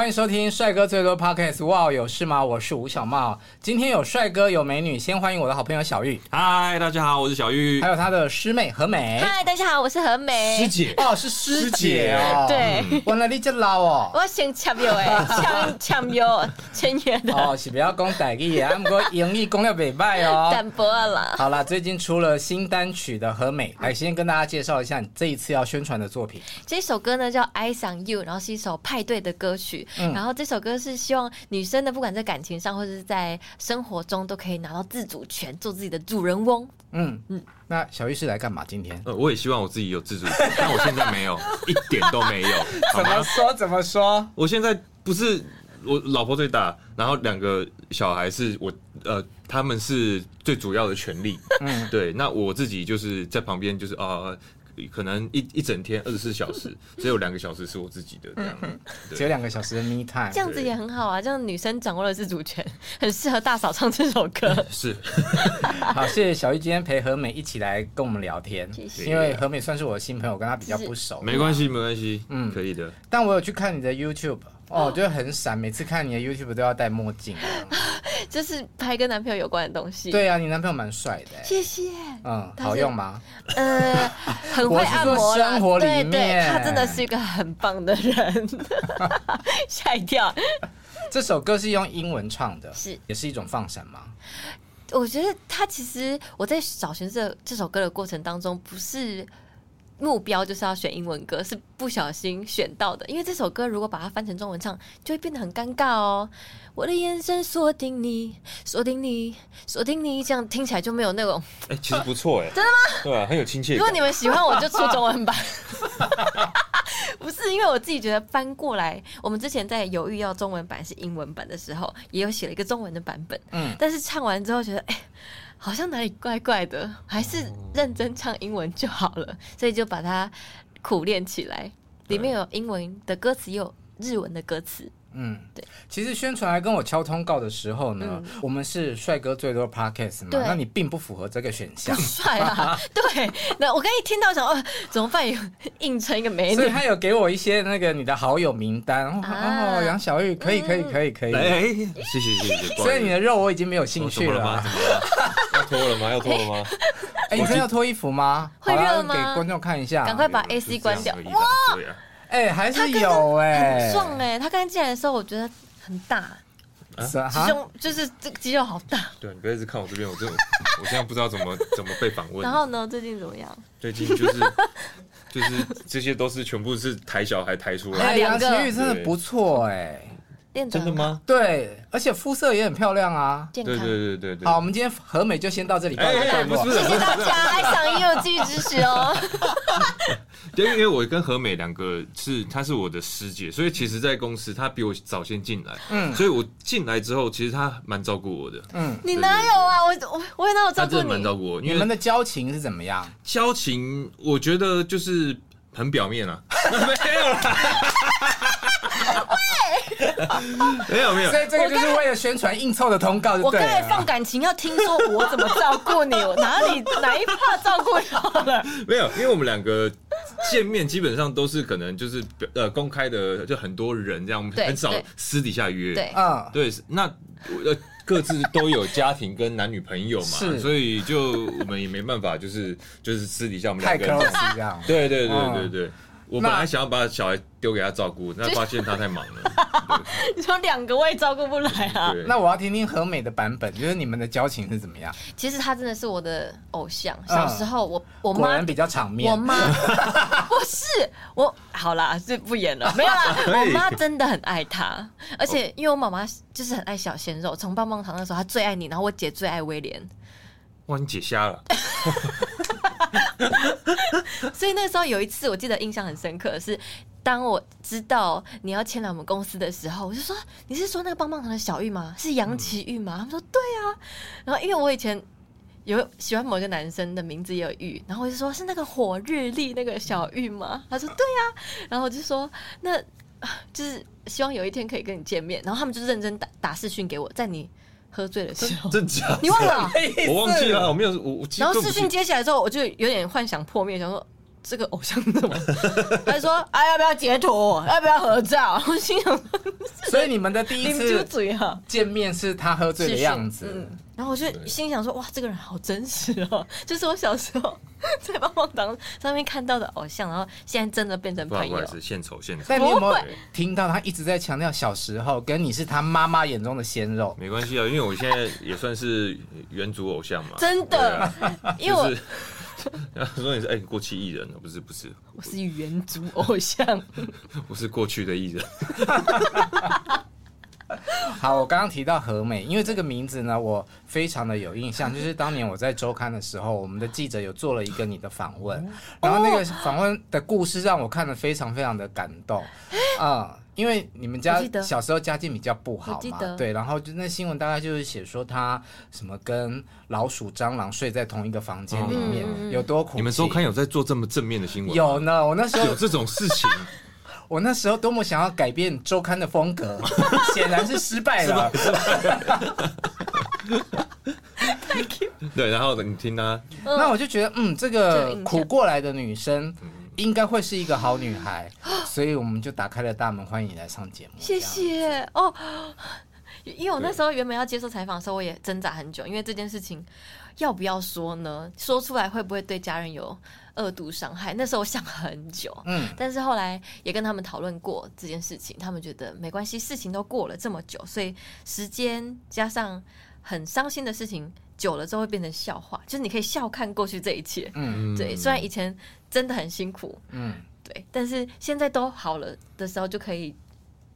欢迎收听《帅哥最多 Podcast》，哇，哦有事吗？我是吴小茂，今天有帅哥有美女，先欢迎我的好朋友小玉，嗨，大家好，我是小玉还。有她的师妹何美。嗨，大家好，我是何美。姐，哦，是师姐哦，师姐对嗯，我那你这老哦。 我先签约哎，签签约签约的哦，是不要讲台语啊，不过英语讲了袂歹哦。 淡薄啊啦。好啦，最近出了新单曲的何美，来先跟大家介绍一下你这一次要宣传的作品。这首歌呢叫《I 想 You》，然后是一首派对的歌曲。然后这首歌是希望女生的，不管在感情上或者是在生活中，都可以拿到自主权，做自己的主人翁。嗯嗯，那小玉是来干嘛？今天呃，我也希望我自己有自主权， 但我现在没有，一点都没有，怎好么吗？说？怎么说？我现在不是我老婆最大，然后两个小孩是我呃，他们是最主要的权利。嗯 对，那我自己就是在旁边，就是啊、可能一一整天二十四小时，只有两个小时是我自己的这样。只有两个小时的 me time 这。样子也很好啊，这样女生掌握了自主权，很适合大嫂唱这首歌。是， 好，谢谢小玉今天陪何美一起来跟我们聊天，谢谢因为何美算是我的新朋友，我跟她比较不熟，没关系，没关系，嗯嗯，可以的。但我有去看你的 YouTube，哦，我觉得很闪，每次看你的 YouTube 都要戴墨镜。啊 就是拍跟男朋友有关的东西。，对啊，你男朋友蛮帅的欸。谢谢。嗯，他是好用吗？呃，很会按摩啦我是说生活里面对对，他真的是一个很棒的人， 吓一跳。这首歌是用英文唱的，是也是一种放闪吗？我觉得他其实我在找寻这这首歌的过程当中，不是目标就是要选英文歌，是不小心选到的。因为这首歌如果把它翻成中文唱，就会变得很尴尬哦。我的眼神锁定你，锁定你，锁定你，这样听起来就没有那种。哎、其实不错哎、真的吗？对啊，很有亲切如感果。你们喜欢，我就出中文版。 不是因为我自己觉得翻过来，我们之前在犹豫要中文版是英文版的时候，也有写了一个中文的版本。嗯嗯，但是唱完之后觉得，哎、好像哪里怪怪的，还是认真唱英文就好了，所以就把它苦练起来。里面有英文的歌词，也有日文的歌词。嗯，对。嗯其实宣传来跟我敲通告的时候呢，我们是帅哥最多 podcast 嘛，对那你并不符合这个选 项，帅啊！对，那我刚一听到想，哦，怎么办？有硬撑一个美女所 以，他有给我一些那个你的好友名单。哦啊嗯哦，杨小玉可以可以可以可以。哎、谢谢谢谢。不好意思所以你的肉我已经没有兴我趣了吗？了。怎么了？要脱了吗？要脱了吗？哎，你真的要脱衣服吗？会热好啦吗给观众看一下。赶快把 AC 关掉。哇！对啊哎，还是他刚有哎，很壮哎、他刚进来的时候，我觉得很大，是啊哈。胸就是这个肌肉好大。对啊，你不要一直看我这边，我这种 我现在不知道怎么怎么被访问。然后呢，最近怎么样？最近就是就是这些都是全部是抬小孩抬出来，哎，两杨个奇玉真的不错哎，练得真的很好？吗？对，而且肤色也很漂亮啊。健对康。对对对对。好，我，们今天和美就先到这里。哎哎哎不是谢谢大家，爱上也有继续支持 哦。因为因为我跟何美两个是她是我的师姐，所以其实在公司她比我早先进来，嗯嗯，所以我进来之后，其实她蛮照顾我的，嗯，你哪有啊？我我我也哪有照她顾真的蛮你？照顾我，你因为们的交情是怎么样？交情，我觉得就是很表 面啊，没有啦，没有没有所，以这个就是为了宣传硬凑的通告，就我对刚才了。放感情要听说我怎么照顾你，我哪里哪一趴照顾到了？没有，因为我们两个见面基本上都是可能就是表呃公开的，就很多人这样，我们对很少对私底下约。对，嗯，对，是那呃各自都有家庭跟男女朋友嘛，是所以就我们也没办法，就是就是私底下我们太两个人。 close 这样。对对对对对，我那本来想要把小孩丢给他照顾，那发现他太忙了。 你说两个我也照顾不来啊。对，那我要听听和美的版本，就是你们的交情是怎么样？其实他真的是我的偶像。小时候我我果妈然比较场面。我妈不是我，好啦，这不演了，没有啦。可我以妈真的很爱他，而且因为我妈妈就是很爱小鲜肉，从棒棒糖那时候她最爱你，然后我姐最爱威廉，哇，你姐瞎 了，所以那时候有一次我记得印象很深刻的是。当我知道你要签来我们公司的时候，我就说你是说那个棒棒糖的小玉吗？是杨奇玉吗？他们说对啊。然后因为我以前有喜欢某一个男生的名字也有玉，然后我就说是那个火日丽那个小玉吗？他说对啊。然后我就说那啊就是希望有一天可以跟你见面。然后他们就认真打打视讯给我，在你喝醉的时 候，真假的？你忘了？ 我忘记了，我没有，我我然后根本视不讯接起来之后，我就有点幻想破灭，想说这个偶像怎么？ 他就说啊，要不要截图？要不要合照？ 我心想说所以你们的第你一们住次嘴啊！见面是他喝醉的样视讯子，嗯，然后我就心想说哇，这个人好真实哦， 就是我小时候在棒棒糖上面看到的偶像，然后现在真的变成不好朋意友。思，献丑献丑但，你有没不有会听到他一直在强调小时候跟你是他妈妈眼中的鲜肉？没关系啊，因为我现在也算是原族偶像嘛，真的对啊， 因为我、就是说你是哎、 你过气艺人了，不是不是，我是原族偶像，我是过去的艺人，哦好，我刚刚提到和美，因为这个名字呢，我非常的有印 象，就是当年我在周刊的时候，我们的记者有做了一个你的访问，哦然后那个访问的故事让我看得非常非常的感 动，嗯。因为你们家我记得小时候家境比较不好我记嘛，得对，然后就那新闻大概就是写说他什么跟老鼠、蟑螂睡在同一个房间里面，嗯有多苦气。 你们周刊有在做这么正面的新闻？有呢，我那时候有这种事 情，我那时候多么想要改变周刊的风 格，显然是失败了。 对，然后你听他，那我就觉得，嗯，这就个印象苦过来的女生应该会是一个好女孩，所以我们就打开了大门，欢迎你来上节目。谢这样。谢哦。因为我那时候原本要接受采访的时候，我也挣扎很久，因为这件事情要不要说呢？说出来会不会对家人有恶毒伤害？那时候我想很久，嗯，但是后来也跟他们讨论过这件事情，他们觉得没关系，事情都过了这么久，所以时间加上很伤心的事情，久了之后会变成笑话，就是你可以笑看过去这一切。嗯，对，虽然以前真的很辛苦，嗯，对，但是现在都好了的时候，就可以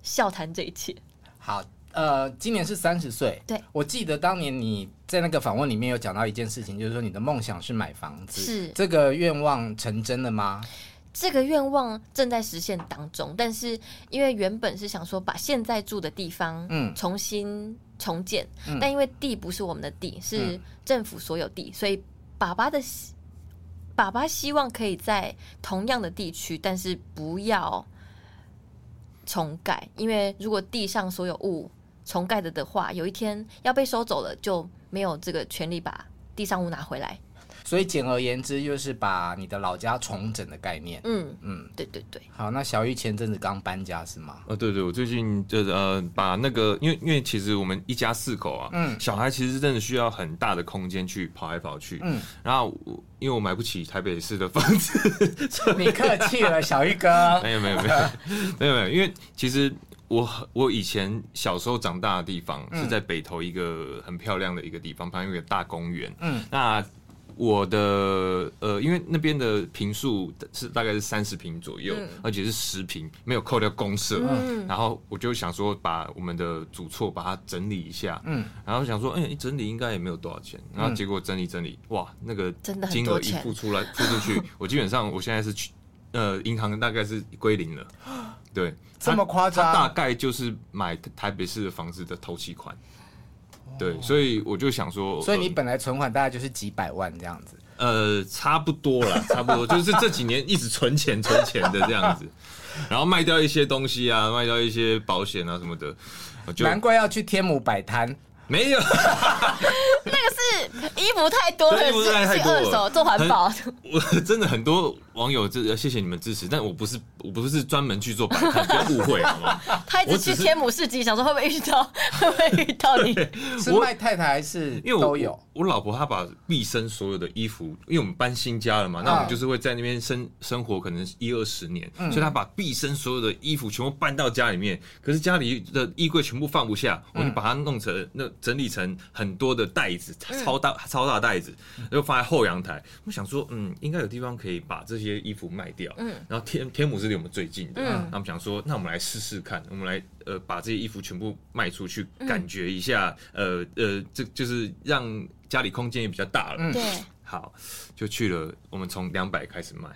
笑谈这一切。好，呃，今年是三十岁。对，我记得当年你在那个访问里面有讲到一件事情，就是说你的梦想是买房子，是这个愿望成真了吗？这个愿望正在实现当中，但是因为原本是想说把现在住的地方，嗯重新重建，嗯但因为地不是我们的地，是嗯政府所有地，所以爸爸的希爸爸希望可以在同样的地区，但是不要重盖，因为如果地上所有物重盖的的话，有一天要被收走了，就没有这个权利把地上物拿回来。所以简而言之，就是把你的老家重整的概念。嗯，嗯，对对对，好，那小玉前阵子刚搬家是吗？哦，对对，我最近就是呃，把那个，因为因为其实我们一家四口啊，嗯小孩其实真的需要很大的空间去跑来跑去，嗯嗯，然后我因为我买不起台北市的房子， 哎你客气了，小玉哥。没有没有没有没有没有，因为其实我我以前小时候长大的地方嗯是在北投一个很漂亮的一个地方，旁边有一个大公园，嗯嗯，那。我的呃，因为那边的平数是大概是三十平左右，而且是十平，没有扣掉公社，嗯然后我就想说，把我们的主错把它整理一下，嗯嗯，然后想说，哎、整理应该也没有多少钱，然后结果整理整理，哇，那个真的很金多额一钱付出来付出 去，我基本上我现在是去呃银行大概是归零 了，对，这么夸张它它大概就是买台北市的房子的头期款。对，所以我就想说，哦所以你呃本来存款大概就是几百万这样子。呃，差不多啦， 差不多，就是这几年一直存钱、存钱的这样子， 然后卖掉一些东西啊，卖掉一些保险啊什么的，我就难怪要去天母摆摊。没有， 那个是衣服太多了，对衣服是太太是多二了 手做环保。我真的很多网友这呃谢谢你们支持，但我不是我不是专门去做摆摊，不要误会好吗？他一直我只去是天母市集，想说会不会遇到，会不会遇到你？是卖太太还是因为我都有我我老婆她把毕生所有的衣服，因为我们搬新家了嘛，那我们就是会在那边生生活，可能一二十年，嗯所以她把毕生所有的衣服全部搬到家里面，可是家里的衣柜全部放不下，嗯我就把它弄成那整理成很多的袋子，嗯超大超大袋子，就放在后阳台。我想说，嗯，应该有地方可以把这些衣服卖掉。嗯然后天天母是离我们最近的，嗯那我们想说，那我们来试试看，我们来呃把这些衣服全部卖出去，嗯感觉一下，呃呃，这就是让家里空间也比较大了。 嗯对，好，就去了，我们从两百开始卖，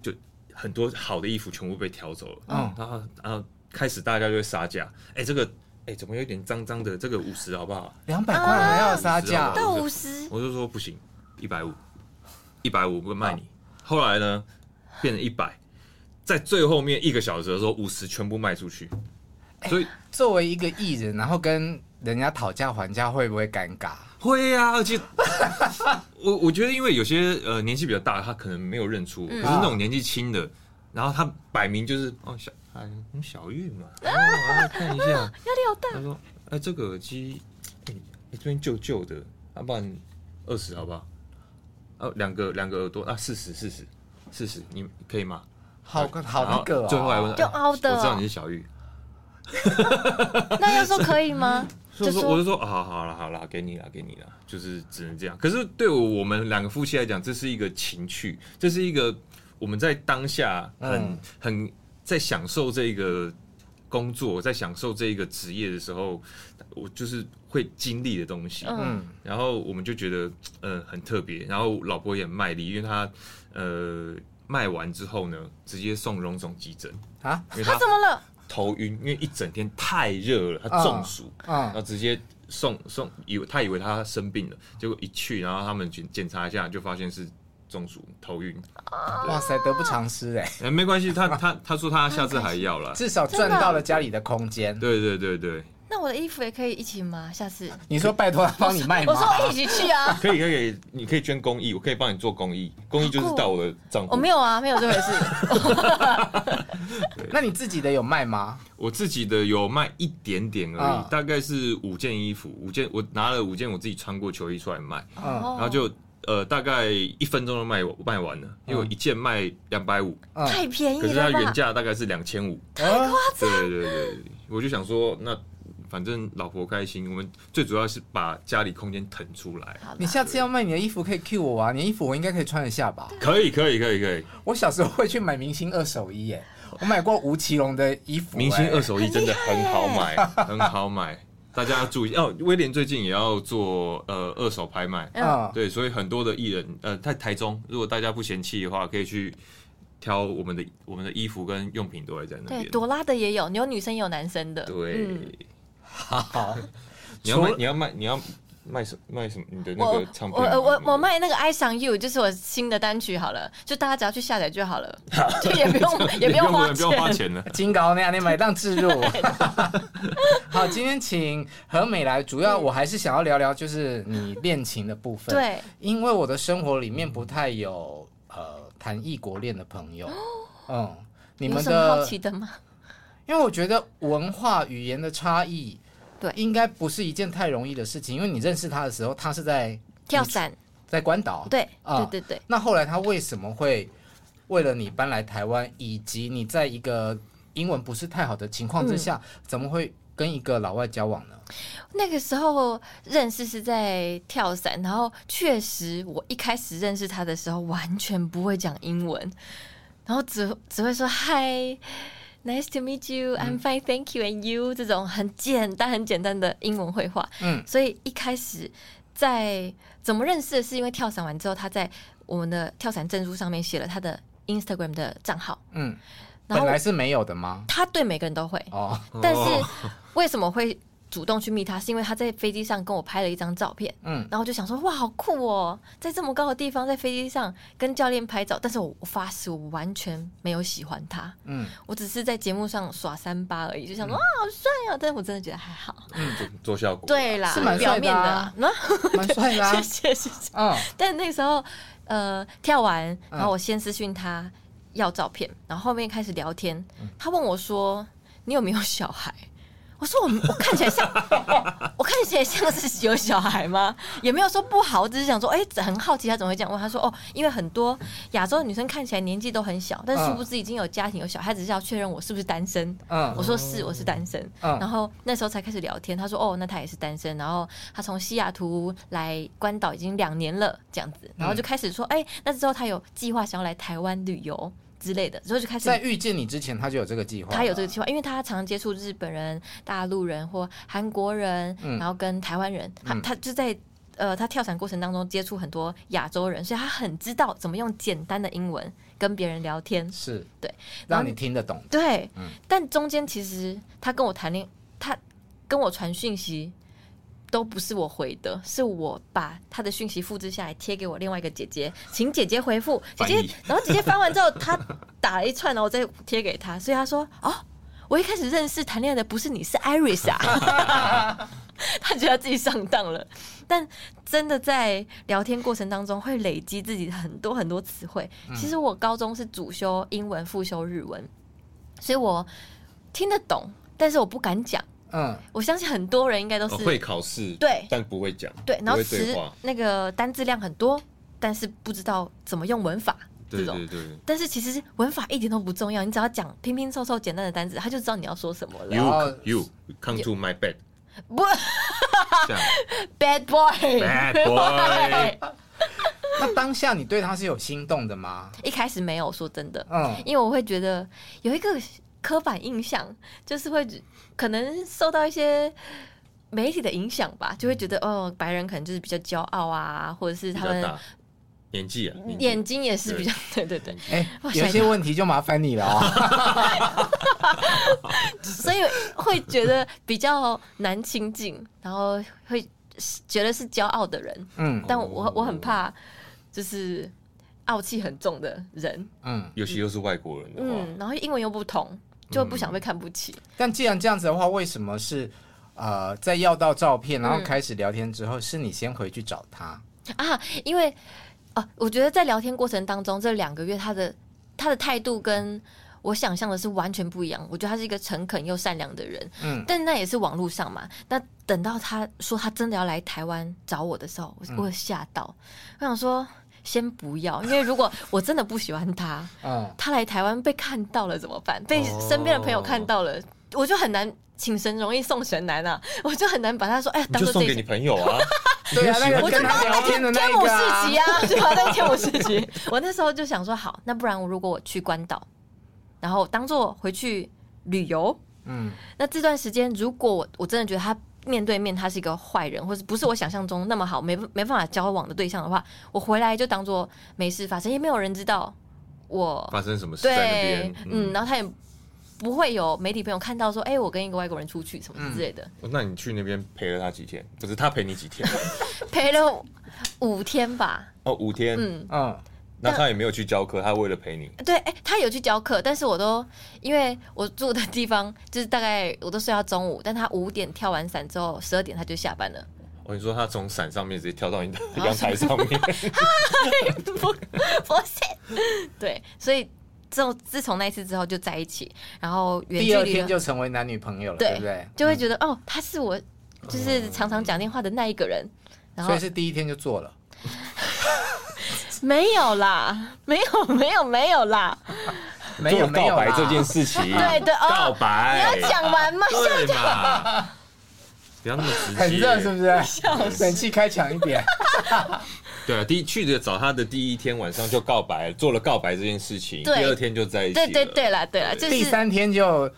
就很多好的衣服全部被挑走了。嗯然后然后开始大家就会杀价，哎、这个哎、怎么有点脏脏的？这个五十好不好？两百块我们要杀价啊？到五十，我就说不行，一百五，一百五不卖你。后来呢，变成一百，在最后面一个小时的时候，五十全部卖出去。所以作为一个艺人，然后跟人家讨价还价，会不会尴尬？会啊， 而且我我觉得，因为有些呃年纪比较大，他可能没有认出我，可嗯是那种年纪轻的，然后他摆明就是哦小哎嗯小玉嘛，哦啊看一 下，压力好大。他说哎这个耳机，哎哎这边旧旧的，要不然二十好不好？哦两个两个耳朵啊四十四十四十，你可以吗？好好那个然后最后还问哦，他就凹的哦我知道你是小玉，那要说可以 吗？所以我就说说，我就说，啊，好好了，好了，给你了，给你了，就是只能这样。可是对我我们两个夫妻来讲，这是一个情趣，这是一个我们在当下很、嗯很在享受这个工作，在享受这一个职业的时候，我就是会经历的东西。嗯嗯，然后我们就觉得，呃，很特别。然后老婆也很卖力，因为她，呃，卖完之后呢，直接送荣总急诊，啊，因为他她怎么了？头晕，因为一整天太热了，她中暑。然嗯，后直接送送，以为他以为他生病了，结果一去，然后他们检检查一下，就发现是中暑头晕。哇塞，得不偿失哎，哎、没关系，他他他说他下次还要啦。至少赚到了家里的空间。对对对对，那我的衣服也可以一起吗？下次你说拜托他帮你哎卖吗我？说一起去啊。 可以可以，你可以捐公益，我可以帮你做公益，公益就是到我的账户。我没有，有啊，没有这回 事。那你自己的有卖吗？我自己的有卖一点点而已，啊大概是五件衣服，五件我拿了五件我自己穿过球衣出来卖，嗯，哦然后就呃大概一分钟就卖卖完了，因为我一件卖两百五，嗯太便宜可是它了原吧？价大概是两千五。哦对对对，对我就想说，那反正老婆开心，我们最主要是把家里空间腾出来。好你啦，下次要卖你的衣服可以 Q 我啊，你的衣服我应该可以穿得下吧？可以可以可以可以，我小时候会去买明星二手衣耶，我买过吴奇隆的衣服耶，明星二手衣真的很好买，很好买，大家要注意哦。威廉最近也要做呃二手拍卖，嗯，对，所以很多的艺人呃在台中，如果大家不嫌弃的话，可以去挑我们的我们的衣服跟用品都会在那对，边。朵拉的也有，你有女生也有男生的。对，嗯 好，你要卖除了你要卖你要卖什卖什么？你的那我个唱我片吗我我我卖那个《I 想 You》，就是我新的单曲好了，就大家只要去下载就 好了，就也不用 也不用花不用花钱。钱了。金高那样，你买当置 入。 好，今天请何美来，主要我还是想要聊聊就是你恋情的部分。，对，因为我的生活里面不太有呃谈异国恋的朋友。嗯，你哦有们什么好的，奇的吗？因为我觉得文化语言的差异，对应该不是一件太容易的事情。因为你认识他的时候，他是在跳伞，在关岛，对啊对对对，那后来他为什么会为了你搬来台湾，以及你在一个英文不是太好的情况嗯之下，怎么会跟一个老外交往呢？那个时候认识是在跳伞，然后确实我一开始认识他的时候完全不会讲英文，然后只只会说嗨。Nice to meet you. 嗯 I'm fine, thank you. And you 这种很简单、很简单的英文绘画，嗯所以一开始在怎么认识的是因为跳伞完之后，他在我们的跳伞证书上面写了他的 Instagram 的账号，嗯，然本后来是没有的吗？他对每个人都会，哦，但是哦为什么会主动去密他？是因为他在飞机上跟我拍了一张照片，嗯然后我就想说哇，好酷哦，在这么高的地方，在飞机上跟教练拍照。但是我我发誓，我完全没有喜欢他，嗯， 我只是在节目上耍三八而已，就想说、哇，好帅哦。但是我真的觉得还好，嗯做做效果。对啦，是蛮表 帅的面的啊啊，那、蛮帅的啊谢谢谢谢。嗯但那时候，呃跳完，嗯然后我先私讯他要照片，然后后面开始聊天，他问我说你有没有小孩？我说我我看起来像 我看起来像是有小孩吗？也没有说不好，我只是想说，哎、很好奇他怎么会这样问。他说哦，因为很多亚洲的女生看起来年纪都很小，但是殊不知已经有家庭有小孩，只是要确认我是不是单身。嗯我说是，我是单身。嗯然后那时候才开始聊天，他说哦，那他也是单身，然后他从西雅图来关岛已经两年了，这样子，然后就开始说，哎、那之后他有计划想要来台湾旅游之类的，之后就开始在遇见你之前，他就有这个计划了，他有这个计划，因为他常接触日本人、大陆人或韩国人，嗯然后跟台湾人，他嗯他就在。呃，他跳伞过程当中接触很多亚洲人，所以他很知道怎么用简单的英文跟别人聊天。是对，然让后你听得懂，对，嗯但中间其实他跟我谈恋，他跟我传讯息都不是我回的，是我把他的讯息复制下来贴给我另外一个姐姐，请姐姐 回复。姐翻译姐，然后姐姐翻完之后，她打了一串，然后我再贴给她，所以她说哦。我一开始认识谈恋爱的不是你，是 Iris 啊， 他觉得自己上当了。但真的在聊天过程当中，会累积自己很多很多词汇。嗯其实我高中是主修英文，副修日文，所以我听得懂，但是我不敢讲。嗯，我相信很多人应该都是、哦会考试，对但不会讲，对，然后不会对词话，那个单字量很多，但是不知道怎么用文法这对种。对对。但是其实文法一点都不重要，你只要讲拼拼凑凑简单的单字，他就知道你要说什么 了。然后 You you come to my bed，不这样，bad boy， bad boy，那当下你对他是有心动的吗？一开始没有说真的，嗯，因为我会觉得有一个刻板印象，就是会可能受到一些媒体的影响吧，就会觉得哦，白人可能就是比较骄傲啊，或者是比他较们大，年纪啊，年纪眼睛也是比较对对对，哎、哇有一些问题就麻烦你了哦。所以会觉得比较难亲近，然后会觉得是骄傲的人，嗯但我哦我很怕就是傲气很重的人，嗯，尤其又是外国人的话，嗯，然后英文又不同，就不想被看不起。但既然这样子的话，为什么是呃，在要到照片，然后嗯开始聊天之后，是你先回去找他？啊，因为哦、我觉得在聊天过程当中，这两个月他的他的态度跟我想象的是完全不一样。我觉得他是一个诚恳又善良的人，嗯但那也是网络上嘛。那等到他说他真的要来台湾找我的时候，嗯我我有吓到，我想说先不要，因为如果我真的不喜欢他，嗯，他来台湾被看到了怎么办？被哦身边的朋友看到哦了，我就很难。请神容易送神难啊！我就很难把他说，哎呀，你当就做送这一给你朋友 啊，对啊，那我个就跟当他聊天的那天一母个、市啊集，啊，对吧？那个天母市集，我那时候就想说，好，那不然我如果我去关岛，然后当做回去旅游，嗯那这段时间如果我我真的觉得他面对面他是一个坏人，或者不是我想象中那么好，没没办法交往的对象的话，我回来就当做没事发生，也没有人知道我发生什么事在那对边，，嗯，然后他也。不会有媒体朋友看到说，哎、我跟一个外国人出去什么之类的，哦那你去那边陪了他几天？不是他陪你几 天？陪了五天吧，哦，五天。嗯，嗯，那他也没有去教课，他为了陪你，对，哎、他有去教课，但是我都因为我住的地方就是大概我都睡到中午，但他五点跳完伞之后，十二点他就下班了，我跟哦你说，他从伞上面直接跳到你的哦阳台上面，不不是，对，所以之后自从那一次之后就在一起，然后远第距二离天的就成为男女朋友了，对对不对？嗯就会觉得、哦，他是我就是常常讲电话的那一个人，然后所以是第一天就做了。没有啦，没有没有没有啦，没做有了没有告白啦这件事情。 对对哦告哎白。你要讲完吗？对嘛？不要那么直接。很热是不是？冷气开强一点。对啊，第一去的找他的第一天晚上就告白，做了告白这件事情，第对二天就在一起对了。对对啦对啦，就是第三天就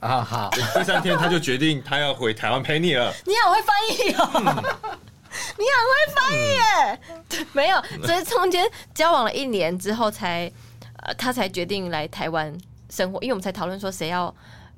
啊好，第三天他就决定他要回台湾陪你了。你好会翻译哦，你好会翻译耶！对没有，所以中间交往了一年之后才，呃，他才决定来台湾生活，因为我们才讨论说谁要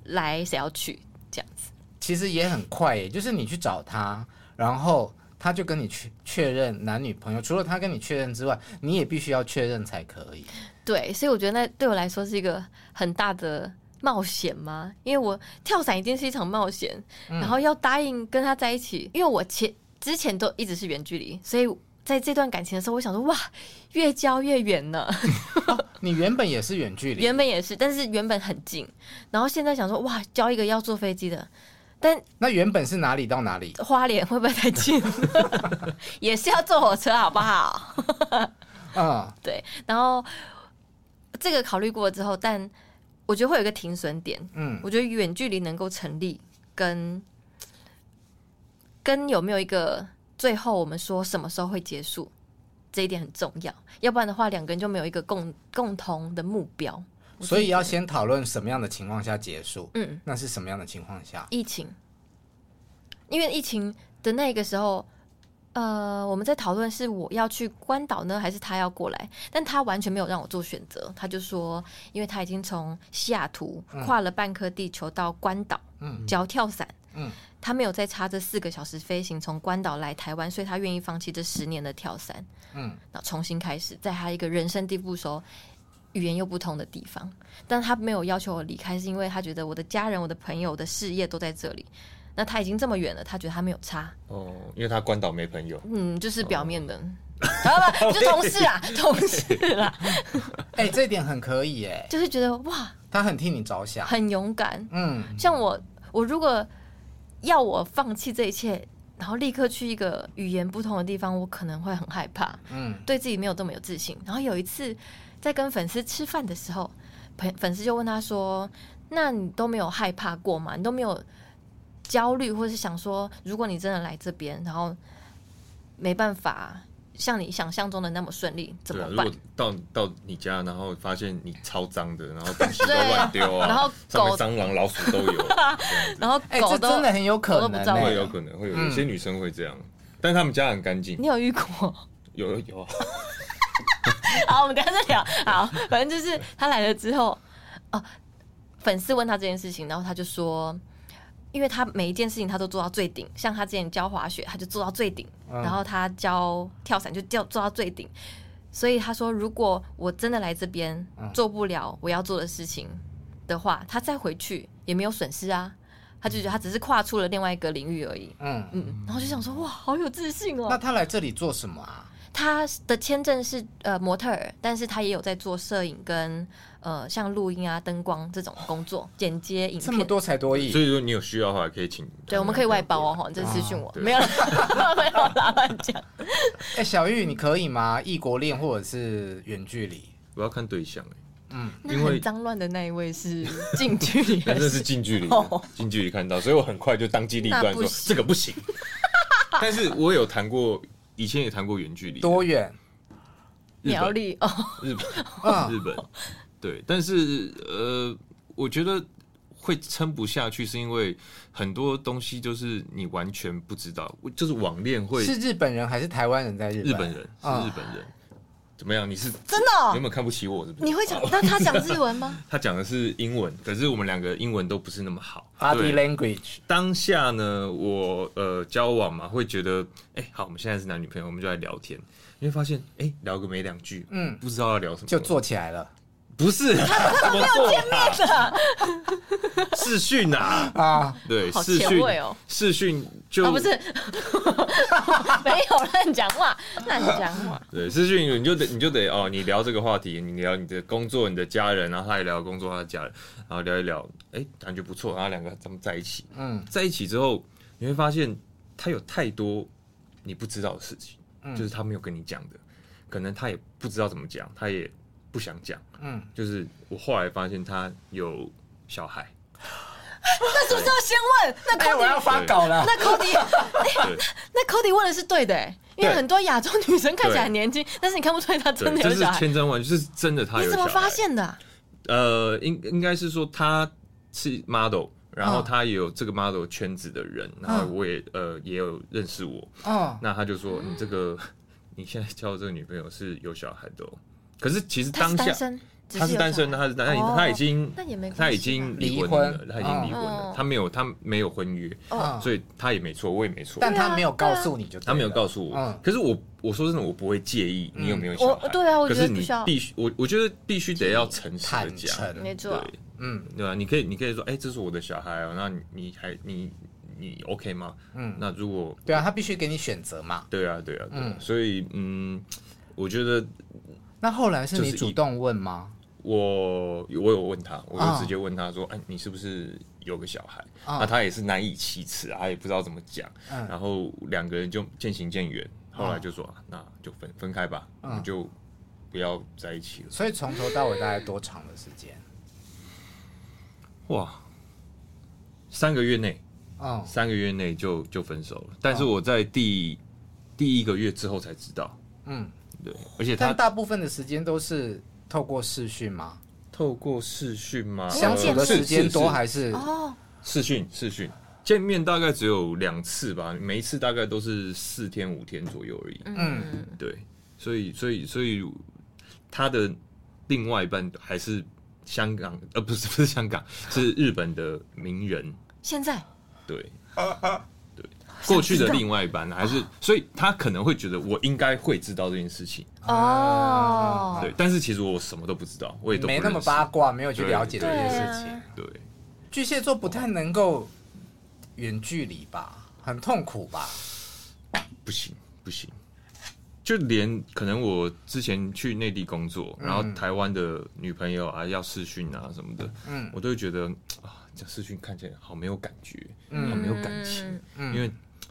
来，谁要去这样子。其实也很快耶，就是你去找他，然后他就跟你确确认男女朋友。除了他跟你确认之外，你也必须要确认才可以。对，所以我觉得那对我来说是一个很大的冒险嘛，因为我跳伞已经是一场冒嗯险，然后要答应跟他在一起，因为我前之前都一直是远距离，所以在这段感情的时候，我想说哇，越交越远呢。你原本也是远距离，原本也是，但是原本很近，然后现在想说哇，交一个要坐飞机的，但那原本是哪里到哪里？花莲会不会 太近？也是要坐火车好不好？嗯，对，然后这个考虑过之后，但我觉得会有一个停损点。嗯我觉得远距离能够成立，跟跟有没有一个最后我们说什么时候会结束，这一点很重要。要不然的话，两个人就没有一个共共同的目标。我自己所以要觉得先讨论什么样的情况下结束，嗯，那是什么样的情况下？疫情，因为疫情的那个时候。呃，我们在讨论是我要去关岛呢，还是他要过来？但他完全没有让我做选择，他就说，因为他已经从西雅图跨了半颗地球到关岛，嗯脚跳伞，嗯他没有再差这四个小时飞行从关岛来台湾，所以他愿意放弃这十年的跳伞，嗯，然后重新开始，在他一个人生地不熟、语言又不通的地方。但他没有要求我离开，是因为他觉得我的家人、我的朋友、我的事业都在这里。那他已经这么远了，他觉得他没有差，哦，因为他关岛没朋友，嗯，就是表面的， 啊不，就同事啊，同事啦，哎、这一点很可以哎、就是觉得哇，他很替你着想，很勇敢。嗯，像我，我如果要我放弃这一切，然后立刻去一个语言不同的地方，我可能会很害怕。嗯对自己没有这么有自信。然后有一次在跟粉丝吃饭的时候，粉粉丝就问他说：“那你都没有害怕过吗？你都没有焦虑，或是想说，如果你真的来这边，然后没办法像你想象中的那么顺利，怎对么啊，如办果？”到到你家，然后发现你超脏的，然后东西都对乱丢啊，然后上面狗蟑螂、老鼠都 有，然后哎、狗这都、真的很有可狗都不能、知道欸，会有可能会有，有嗯些女生会这样，但他们家很干净，你有遇过？有有啊， 好，我们等一下再聊。好，反正就是他来了之后，哦，粉丝问他这件事情，然后他就说，因为他每一件事情他都做到最顶，像他之前教滑雪，他就做到最顶，嗯然后他教跳伞就教做到最顶，所以他说，如果我真的来这边嗯做不了我要做的事情的话，他再回去也没有损失啊。他就觉得他只是跨出了另外一个领域而已，嗯，嗯，然后就想说哇，好有自信哦。那他来这里做什么啊？他的签证是呃模特儿，但是他也有在做摄影跟呃像录音啊、灯光这种工作，剪接影这么片。多才多艺所，以说你有需要的话可以请，对，我们可以外包哦，哈，你就私讯我，对没有啦， 没有啦，乱讲。哎、小玉，你可以吗？异国恋或者是远距离？我要看对象欸，那嗯因为很脏乱的那一位是近距 离还但这是是？近距离哦的，近距离看到，所以我很快就当机立断那不说行这个不行。 但是我有谈过，以前也谈过远距离的，多远？日苗本、栗哦，日啊本、日本，对。但是呃，我觉得会撑不下去，是因为很多东西就是你完全不知道，就是网恋会是日本人还是台湾人在日本？日本人是啊日本人，怎么样？你是 真的有哦，没有看不起我？是不是？你会讲？那他讲日文吗？他讲的是英文，可是我们两个英文都不是那么好。 ，body 对 language。当下呢，我呃交往嘛，会觉得，哎、好，我们现在是男女朋友，我们就来聊天。你会发现，哎、聊个没两句，嗯，不知道要聊什么，就坐起来了不 是，怎么做啊？ 视讯啊，啊！对，好视前讯卫哦，视讯 就、啊，不是， 没有乱讲话，乱讲话。对，资讯你就得你就得哦，你聊这个话题，你聊你的工作、你的家人，然后他也聊工作、他的家人，然后聊一聊，哎、感觉不错，然后两个他们在一起，嗯在一起之后，你会发现他有太多你不知道的事情，嗯就是他没有跟你讲的，可能他也不知道怎么讲，他也不想讲，嗯，就是我后来发现他有小孩，那是不是要先问？那哎，空我姐要发稿了。 那 Cody，哎、对那 Cody 问的是对的、哎，因为对很多亚洲女生看起来很年轻，但是你看不出来她真对，的这有是小孩。千真万确，就是真的他你有怎小么孩。发现的啊、呃，应应该是说他是 model，然嗯后他也有这个 model 圈子的人，然后我也呃也有认识我，嗯，那他就说你这个 你现在交的这个女朋友是有小孩的、哦，可是其实她当是下单身，只他是是有单小身，孩他是单，哦他已经那也没关系吧啊他已经离离婚婚了，他已经离婚哦了，他没有他没有婚约，嗯所以他也没错，我也没错。但他没有告诉你就对了，啊他没有告诉我，嗯可是我我说真的，我不会介意你有没有小我孩。对啊我可觉得是不你需要必须，我我觉得必须得要诚实的坦讲，诚，没错，对，啊嗯对啊，你可以，你可以说，哎、这是我的小孩哦、那你你还你你 OK 吗？嗯，那如果对啊，他必须给你选择嘛。对啊，对啊，对啊，嗯所以嗯，我觉得那后来是就是你一主动问吗？我我有问他，我啊就直接问他说：“哎、你是不是有个小孩？”啊那他也是难以启齿啊，他也不知道怎么讲。嗯然后两个人就渐行渐远，后来就说：“啊那就分分开吧，啊我们就不要在一起了。所以从头到尾大概多长的时间？”哇，三个月内，嗯，三个月内就就分手了。但是我在第、第一个月之后才知道，嗯，对，而且他但大部分的时间都是透过视讯吗？透过视讯吗？相处的呃时间是多是还是哦，视讯视讯见面大概只有两次吧，每一次大概都是四天五天左右而已。嗯，对，所以所以所以他的另外一半还是香港，呃，不是不是香港，是日本的名 人。现在对，啊对， 过去的另外一半还是，所以他可能会觉得我应该会知道这件事情，哦，啊对，但是其实我什么都不知道，我也都不没那么认识八卦，没有去了解这件对事啊情？对，巨蟹座不太能够远距离吧，很痛苦吧？不行不行，就连可能我之前去内地工作，嗯然后台湾的女朋友啊要视讯啊什么的，嗯我都会觉得啊，这视讯看起来好没有感觉，嗯好没有感情嗯，因为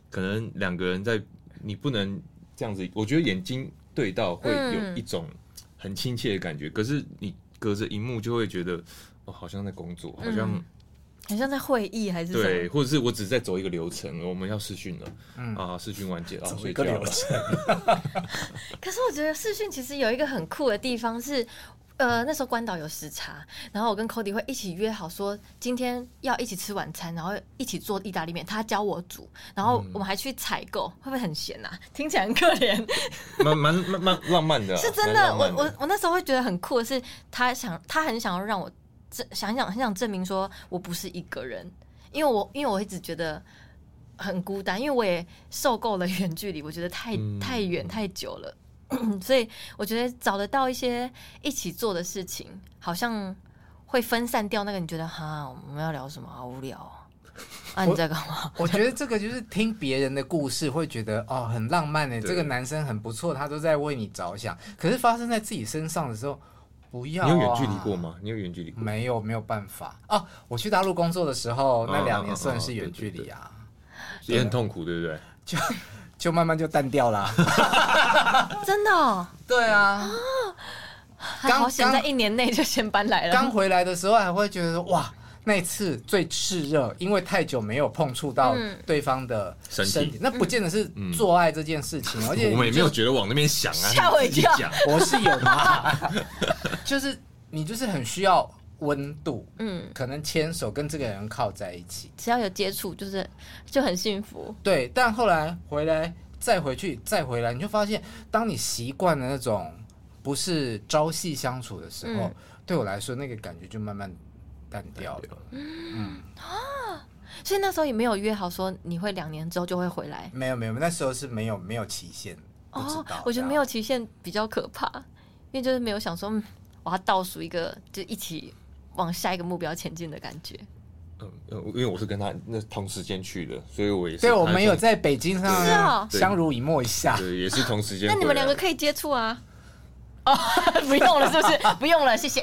可能两个人在你不能这样子，我觉得眼睛对到会有嗯一种很亲切的感嗯觉，可是你隔着荧幕就会觉得。哦，好像在工作，好像、嗯很像在会议还是什对，么？或者是我只是在走一个流程，我们要视讯了，嗯啊，视讯完结，啊，走睡一个觉了流程，可是我觉得视讯其实有一个很酷的地方是。呃，那时候关岛有时差，然后我跟 Cody 会一起约好说今天要一起吃晚餐，然后一起做意大利面，他教我煮，然后我们还去采购，会不会很闲呐、啊？听起来很可怜，蛮蛮蛮蛮浪漫的啊、是真蛮的，浪我漫我我那时候会觉得很酷的是，他想他很想要让我证想一想很想证明说我不是一个人，因为我因为我一直觉得很孤单，因为我也受够了远距离，我觉得太嗯太远太久了， 所以我觉得找得到一些一起做的事情，好像会分散掉那个你觉得哈我们要聊什么好无聊、哦、啊你在干嘛？ 我觉得这个就是听别人的故事会觉得哦很浪漫呢，对这个男生很不错，他都在为你着想。可是发生在自己身上的时候，不要、啊。你有远距离过？吗？你有远距离过？没有，没有办法哦。我去大陆工作的时候，那嗯两嗯年嗯算嗯是远对距对离对啊，也很痛苦，对不对？就就慢慢就淡掉 啦。真的、哦，对啊，还刚好险刚在一年内就先搬来了，刚回来的时候还会觉得说哇，那一次最炽热，因为太久没有碰触到嗯对方的身体身体，那不见得是做爱这件事情，而且嗯我们你也没就有，觉得往那边想啊，吓我一你自己跳讲我是有的， 就是你就是很需要温度，嗯。可能牵手跟这个人靠在一起，只要有接触，就是就很幸福。对，但后来回来再回去再回来，你就发现，当你习惯了那种不是朝夕相处的时候，嗯对我来说那个感觉就慢慢淡掉了。所以那时候也没有约好说你会两年之后就会回来。没有没有，那时候是没有没有期限，不知道。哦我觉得没有期限比较可怕，因为就是没有想说嗯我要倒数一个，就一起往下一个目标前进的感觉。嗯，呃因为我是跟他那同时间去的，所以我也是。对，我们有，在北京是上哦相濡以沫一下。对，也是同时间回啊那来。你们两个可以接触啊？哦， 不用了，是不是？不用了，谢谢。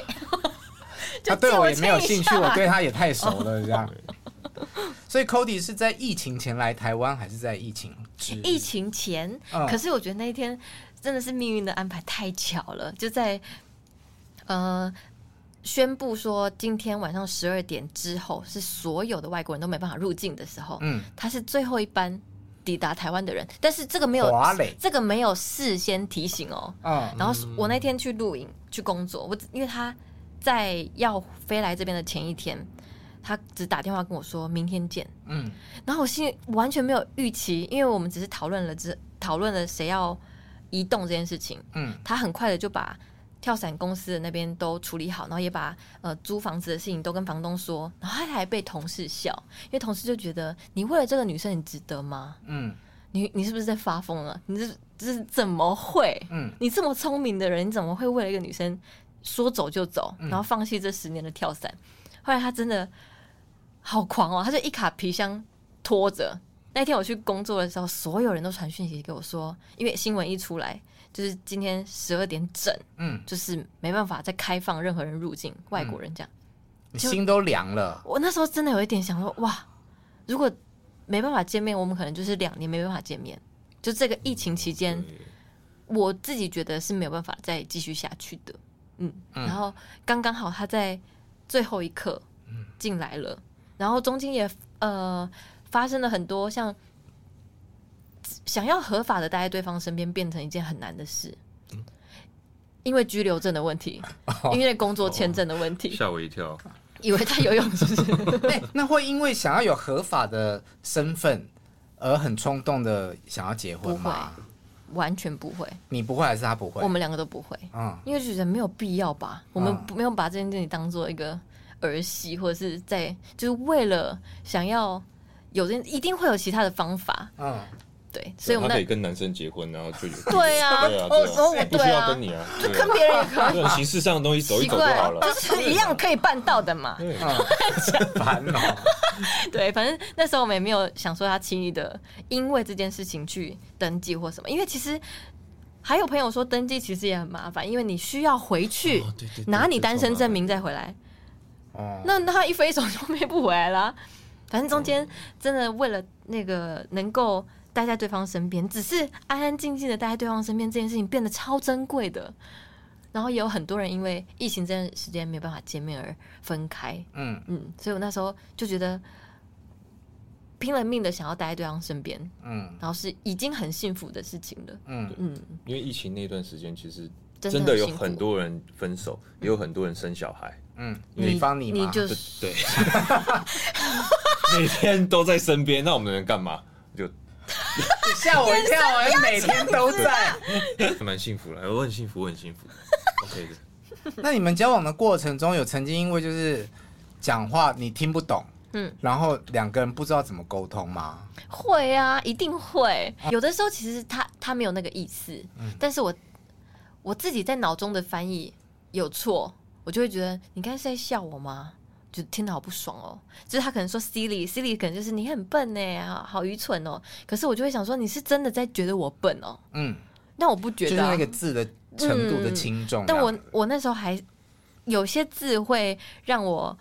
他 就对借我也没有亲一兴趣，下我对他也太熟了，这啊样。所以 Cody 是在疫情前来台湾，还是在疫情之疫情前，嗯可是我觉得那一天真的是命运的安排太巧了，就在呃宣布说今天晚上十二点之后是所有的外国人都没办法入境的时候，嗯他是最后一班抵达台湾的人，但是这个没有华磊这个没有事先提醒哦，嗯然后是我那天去露营去工作，我只因为他在要飞来这边的前一天，他只打电话跟我说明天见，嗯然后我心里完全没有预期，因为我们只是讨论了之讨论了谁要移动这件事情，嗯他很快的就把跳伞公司的那边都处理好，然后也把呃租房子的事情都跟房东说，然后他还被同事笑，因为同事就觉得你为了这个女生你值得吗？嗯你你是不是在发疯啊？你这这是怎么会？嗯你这么聪明的人，你怎么会为了一个女生说走就走，嗯然后放弃这十年的跳伞？后来他真的好狂哦，他就一卡皮箱拖着。那天我去工作的时候，所有人都传讯息给我说，因为新闻一出来，就是今天十二点整，嗯，就是没办法再开放任何人入境，外国人这样。你就心都凉 了。我那时候真的有一点想说，哇，如果没办法见面，我们可能就是两年没办法见面。就这个疫情期间，对我自己觉得是没有办法再继续下去的。嗯，嗯然后刚刚好他在最后一刻进来了，然后中间也呃发生了很多像想要合法的待在对方身边变成一件很难的事，因为居留证的问题，因为工作签证的问题，吓我一跳。以为在游泳池。哎、那会因为想要有合法的身份而很冲动的想要结婚吗？完全不会，你不会还是他不会？我们两个都不会，嗯，因为就觉得没有必要吧。我们啊不没有把这件事情当做一个儿戏，或者是在就是为了想要有这一定会有其他的方法，嗯，对， 所以我们他可以那跟男生结婚，然后就有对啊对啊，哦对哦啊，不需对啊要跟你啊，就跟别人也可 这种形式上的东西走以，一奇走就好怪，了。 就是一样可以办到的嘛。对，烦哦、对，反正那时候我们也没有想说他轻易的因为这件事情去登记或什么，因为其实还有朋友说登记其实也很麻烦，因为你需要回去、哦对对对拿你这单超身麻证烦明再回来。哦，那那他一飞手就飞不回来啦。反正中间真的为了那个能够待在对方身边，只是安安静静的待在对方身边这件事情变得超珍贵的。然后也有很多人因为疫情这段时间没有办法见面而分开，嗯，嗯，所以我那时候就觉得拼了命的想要待在对方身边，嗯然后是已经很幸福的事情了，嗯，嗯，因为疫情那段时间，其实真的真的有很辛苦很多人分手，也有很多人生小孩，嗯，你帮你你嘛，就对是对， 每天都在身边，那我们能干嘛？就吓我一跳，我每天都在。蛮幸福了，我很幸福，我很幸 福，OK 的。那你们交往的过程中，有曾经因为就是讲话你听不懂，嗯，然后两个人不知道怎么沟通吗？会啊，一定会。哦有的时候其实他他没有那个意思，嗯但是我我自己在脑中的翻译有错，我就会觉得你刚才是在笑我吗？就听得好不爽哦。就是他可能说 silly，silly 可能就是你很笨呢，好好愚蠢哦。可是我就会想说，你是真的在觉得我笨哦？嗯，那我不觉就是得啊、嗯那个字的程度的轻重啊这但样。我我那时候还有些字会让我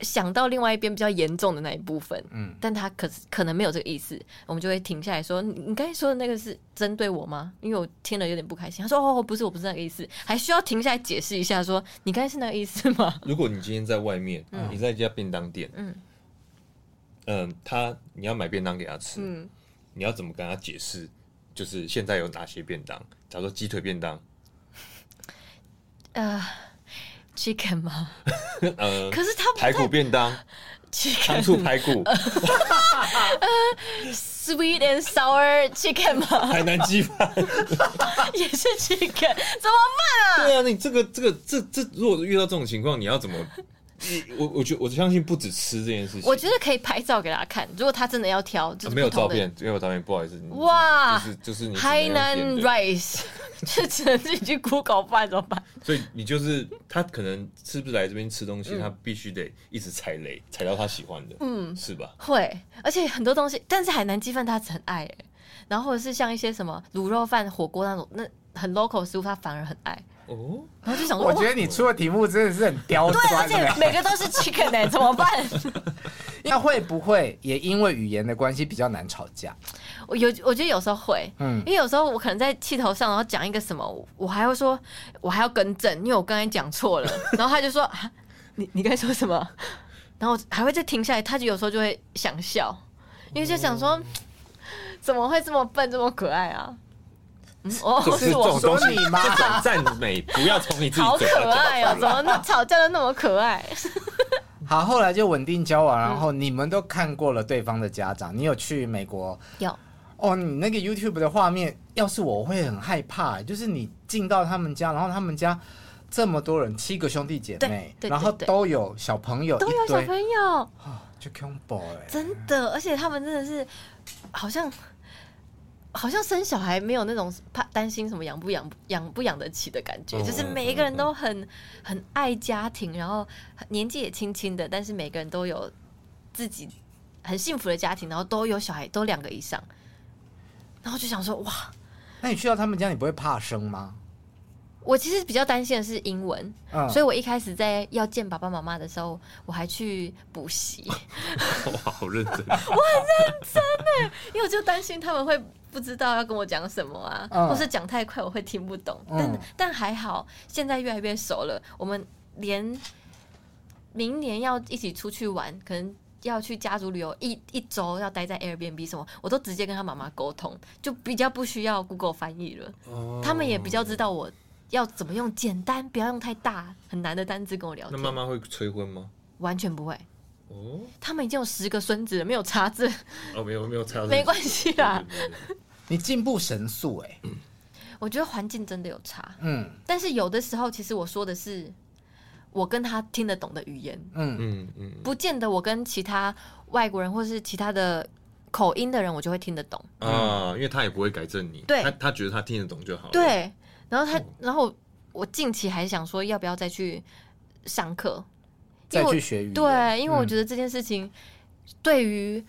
想到另外一边比较严重的那一部分，嗯嗯，但他可是可能没有这个意思，我们就会停下来说，你你刚才说的那个是针对我吗？因为我听了有点不开心。他说哦，不是，我不是那个意思，还需要停下来解释一下说你刚才是那个意思吗？如果你今天在外面，你在一家便当店，嗯嗯，他你要买便当给他吃，嗯，你要怎么跟他解释？就是现在有哪些便当？假如说鸡腿便当，啊呃，chicken 吗？呃，可是他不排骨太便当，糖 chicken 醋排 骨， sweet and sour chicken 吗？ 海南鸡啊饭。也是 chicken，怎么对啊，你这个这个这这，如果遇到这种情况，你要怎么？你我我觉我相信不止吃这件事情，办？我觉得可以拍照给他看，如果他真的要挑，就啊是没有不同照的片，没有照片，不好意思。你哇就是就是你只能海用南点的 rice，就 只能自己去 Google 饭怎么办？所以你就是他可能是不是来这边吃东嗯西，他必须得一直踩雷，踩到他喜欢的，嗯，是吧？会，而且很多东西，但是海南鸡饭他很爱、欸，然后或者是像一些什么卤肉饭、火锅那种，那很 local 的食物他反而很爱，哦，然后就想说，我觉哇得你出的题目真的是很刁对，啊钻而且的。每个都是 chicken 哎、怎么办？那会不会也因为语言的关系比较难吵架？我有，我觉得有时候会，嗯因为有时候我可能在气头上，然后讲一个什么，我我还会说，我还要更正，因为我刚才讲错了，然后他就说，啊、你你刚才说什么？然后还会再停下来，他就有时候就会想笑，因为就想哦说， 怎么会这么笨，这么可爱啊？嗯，哦，这是这种我东西，说你吗这种赞美不要从你自己啊好嘴可巴讲。爱哦，怎么啊那吵架都那么可爱？好，后来就稳定交往，然后你们都看过了对方的家长，你有去美国有哦，你那个 YouTube 的画面，要是我会很害怕欸，就是你进到他们家，然后他们家这么多人，七个兄弟姐妹，对对然后对对都有小朋友，都有一小堆朋友，啊，就 combo 哎，真的，而且他们真的是好像好像生小孩没有那种怕担心什么养不养养不养得起的感觉，嗯就是每一个人都很很爱家庭，然后年纪也轻轻的，但是每个人都有自己很幸福的家庭，然后都有小孩，都两个以上，然后就想说哇，那你去到他们家，你不会怕生吗？我其实比较担心的是英文，嗯，所以我一开始在要见爸爸妈妈的时候，我还去补习， 哇，好认真，因为我就担心他们会不知道要跟我讲什么啊，嗯或是讲太快我会听不懂。嗯但但还好，现在越来越熟了，我们连明年要一起出去玩，可能。要去家族旅游一一周，要待在 Airbnb 什么，我都直接跟他妈妈沟通，就比较不需要 Google 翻译了。哦哦他们也比较知道我要怎么用简单，不要用太大很难的单字跟我聊那天。妈妈会催婚吗？完全不会，哦，他们已经有十个孙子了，没有差字，哦，没有没有差，没关系啊啦。对。对对对你进步神速哎、欸，我觉得环境真的有差，嗯但是有的时候其实我说的是我跟他听得懂的语言，嗯嗯嗯不见得我跟其他外国人或是其他的口音的人我就会听得懂。啊，因为他也不会改正你，对他他觉得他听得懂就好了。，对，然后他哦，然后我近期还想说要不要再去上课，因再为我去学语言，对，因为我嗯觉得这件事情对于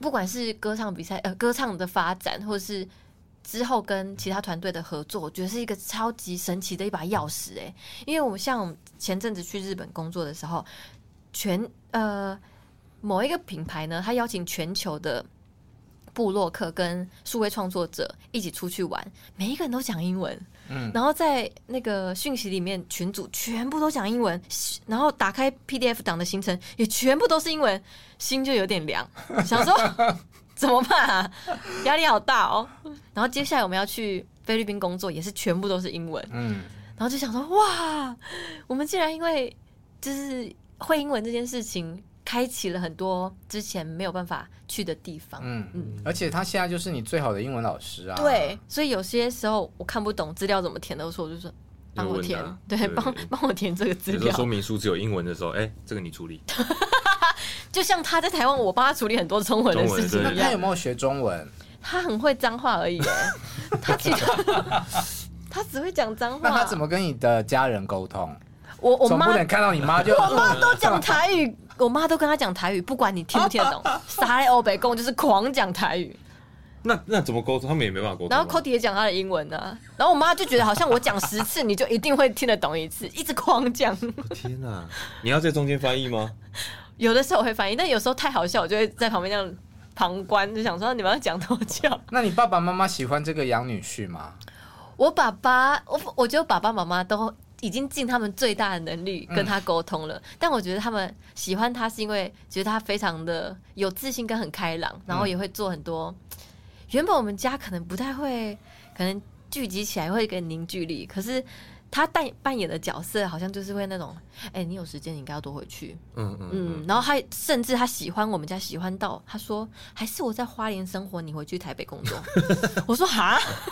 不管是歌唱比赛、呃歌唱的发展，或者是之后跟其他团队的合作，我觉得是一个超级神奇的一把钥匙哎、因为我像我们前阵子去日本工作的时候，全呃某一个品牌呢，它邀请全球的。部落客跟数位创作者一起出去玩，每一个人都讲英文，嗯然后在那个讯息里面，群组全部都讲英文，然后打开 PDF 档的行程也全部都是英文，心就有点凉，想说怎么办啊？压力好大哦。然后接下来我们要去菲律宾工作，也是全部都是英文，嗯然后就想说哇，我们竟然因为就是会英文这件事情，开启了很多之前没有办法去的地方。嗯嗯，而且他现在就是你最好的英文老师啊，对，，所以有些时候我看不懂资料怎么填的时候，我就说帮我填要问他，对，对帮帮我填这个资有时候料。说明书只有英文的时候，哎，这个你处理。就像他在台湾，我帮他处理很多中文的事情中那文一对他有样。没有学中文？他很会脏话而已耶，他其实 他只会讲脏话。那他怎么跟你的家人沟通？我我总不妈能看到你妈就嗯我妈都讲台语， 我妈都跟他讲台语，不管你听不听得懂，撒赖欧北贡就是狂讲台语。那那怎么沟通？他们也没办法沟通然啊。后 Cody 也讲他的英文啊，然后我妈就觉得好像我讲十次你就一定会听得懂一次，一直狂讲。哦天哪、 你要在中间翻译吗？有的时候我会翻译，但有时候太好笑，我就会在旁边这样旁观，就想说啊你们要讲多久？那你爸爸妈妈喜欢这个养女婿吗？ 我爸爸，我我觉得我爸爸妈妈都已经尽他们最大的能力跟他沟通了，但我觉得他们喜欢他是因为觉得他非常的有自信跟很开朗，然后也会做很多。原本我们家可能不太会，可能聚集起来会有一个凝聚力，可是。他扮扮演的角色好像就是会那种，哎、你有时间你应该要多回去，嗯嗯嗯，嗯，然后他甚至他喜欢我们家，喜欢到他说还是我在花莲生活，你回去台北工作。我说哈，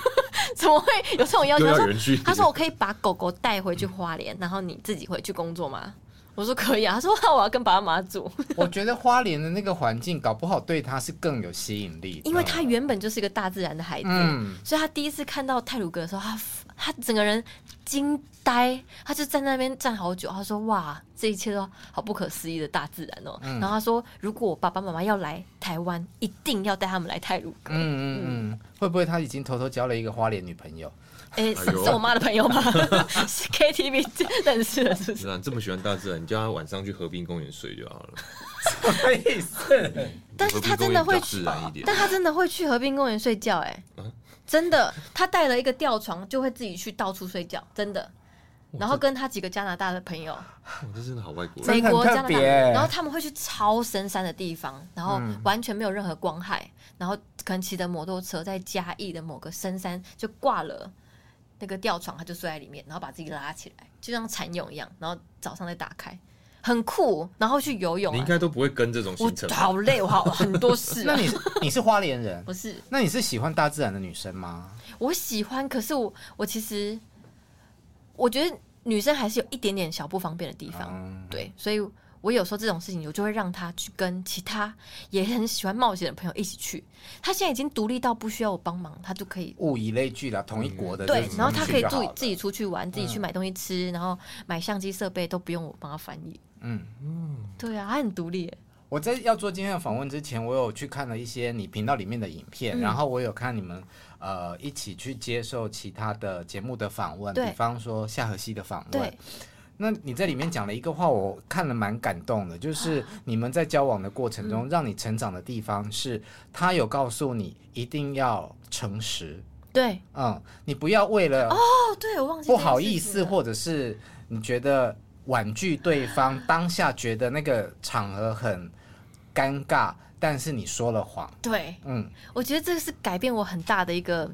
怎么会有这种要求？又 他要说园区。他说我可以把狗狗带回去花莲，然后你自己回去工作吗？我说可以啊。他说那我要跟爸爸妈妈住，我觉得花莲的那个环境，搞不好对他是更有吸引力的。因为他原本就是一个大自然的孩子，嗯所以他第一次看到泰鲁格的时候，他他整个人惊呆，他就站在那边站好久。他说：“哇，这一切都好不可思议的大自然哦。嗯然后他说：“如果我爸爸妈妈要来台湾，一定要带他们来泰鲁格。嗯嗯嗯，会不会他已经偷偷交了一个花莲女朋友？诶，哎是呦是我妈的朋 友吗？是 KTV 认识的，是不是？是啊，你这么喜欢大自然，你叫他晚上去河滨公园睡就好 了。 什么意思？但是他真的会去河滨公园比较自然一点但他真的会去河滨公园睡觉、诶，哎、啊真的，他带了一个吊床，就会自己去到处睡觉，真的。哦然后跟他几个加拿大的朋友，哇，哦这真的好外国人。美国、这加很特拿大，别然后他们会去超深山的地方，然后嗯完全没有任何光害，然后可能骑着摩托车在嘉义的某个深山就挂了那个吊床，他就睡在里面，然后把自己拉起来，就像蚕蛹一样，然后早上再打开，很酷。然后去游泳、你应啊，该都不会跟这种我行程吧。好累，我好很多事、 那啊。你是你是花莲 人，不是，那你是喜欢大自然的女生吗？我喜欢，可是我我其实我觉得女生还是有一点点小不方便的地方。嗯，对，所以我有时候这种事情，我就会让他去跟其他也很喜欢冒险的朋友一起去。他现在已经独立到不需要我帮忙，他就可以物以类聚啦，同一国的嗯对就，是然后他可以出去就自好己了嗯自己出去玩，自己去买东西吃，然后买相机设备都不用我帮他翻译。嗯，对啊，他很独立耶。我在要做今天的访问之前，我有去看了一些你频道里面的影嗯片，然后我有看你们呃一起去接受其他的节目的访问，对比方说夏荷西的访问对。那你在里面讲了一个话，我看了蛮感动的，啊就是你们在交往的过程嗯中，让你成长的地方是，他有告诉你一定要诚实，对嗯，你不要为了哦，对我忘记不这件好事意情思，了或者是你觉得婉拒对方，当下觉得那个场合很尴尬，但是你说了谎，对，嗯，我觉得这是改变我很大的一个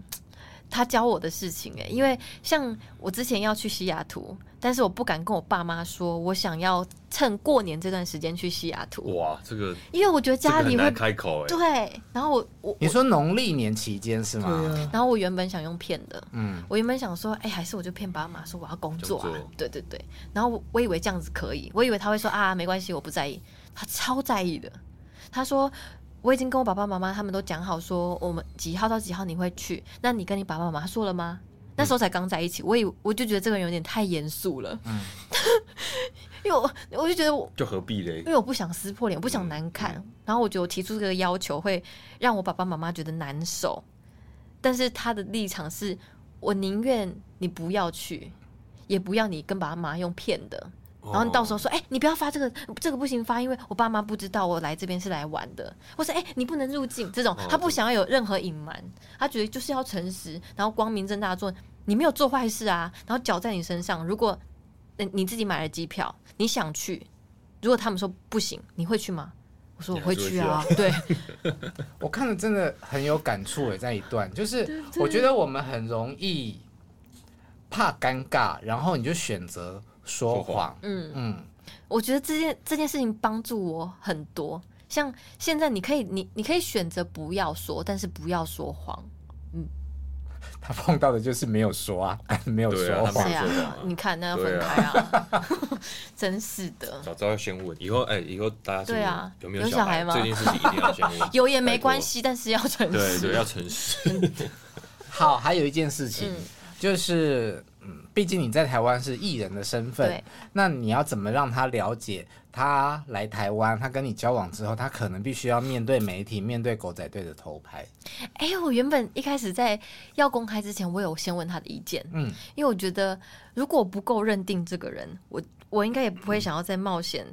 他教我的事情哎，因为像我之前要去西雅图，但是我不敢跟我爸妈说我想要趁过年这段时间去西雅图，哇，这个因为我觉得哦这个家很里会难开口哎、对，然后我我你说农历年期间是吗？啊，然后我原本想用骗的，嗯，我原本想说，哎、还是我就骗爸妈说我要工作啊，工作对对对。然后我我以为这样子可以，我以为他会说啊没关系，我不在意。他超在意的，他说我已经跟我爸爸妈妈他们都讲好说，我们几号到几号你会去，那你跟你爸爸妈妈说了吗？那时候才刚在一起，我以我就觉得这个人有点太严肃了，嗯 因为我我就觉得我就何必嘞因？为我不想撕破脸，我不想难看，然后我觉得我提出这个要求会让我爸爸妈妈觉得难受，但是他的立场是我宁愿你不要去，也不要你跟爸妈用骗的。然后你到时候说，哎、你不要发这个，这个不行发，因为我爸妈不知道我来这边是来玩的，或是哎、你不能入境这种哦，他不想要有任何隐瞒，他觉得就是要诚实，然后光明正大地做，你没有做坏事啊，然后脚在你身上，如果呃你自己买了机票，你想去，如果他们说不行，你会去吗？我说我会去啊，对，我看了真的很有感触诶，欸在一段就是我觉得我们很容易怕尴尬，然后你就选择说说谎谎， 嗯，嗯，我觉得这件这件事情帮助我很多。像现在你可以，你你可以选择不要说，但是不要说谎。他碰到的就是没有说啊， 没有对啊说他谎没对有，说啊谎啊，你看那要分对开啊，真是的。早知道要先问，以后哎、以后大家先问啊对啊有没有有小小孩吗，这件事情一定要先问 有也没关系，但是要诚拜托。对实。对，要诚实。好，还有一件事情、嗯就是，嗯，毕竟你在台湾是艺人的身份对，那你要怎么让他了解，他来台湾，他跟你交往之后，他可能必须要面对媒体，面对狗仔队的偷拍，哎、我原本一开始在要公开之前，我有先问他的意见，嗯，因为我觉得如果不够认定这个人，我我应该也不会想要再冒险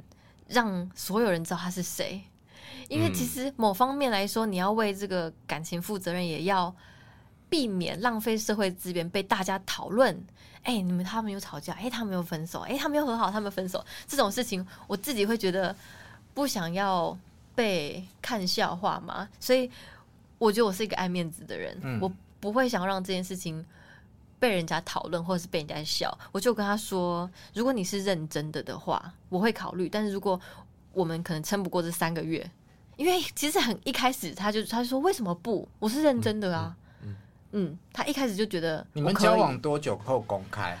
让所有人知道他是谁，因为嗯其实某方面来说，你要为这个感情负责任，也要避免浪费社会资源被大家讨论。哎、你们他们有吵架，哎、他们有分手，哎、他们又和好，他们分手这种事情，我自己会觉得不想要被看笑话嘛，所以我觉得我是一个爱面子的人，嗯我不会想让这件事情被人家讨论或者是被人家笑。我就跟他说，如果你是认真的的话，我会考虑，但是如果我们可能撑不过这三个月，因为其实很一开始他就他就说为什么不？我是认真的啊。嗯他一开始就觉得你们我可以交往多久后公开？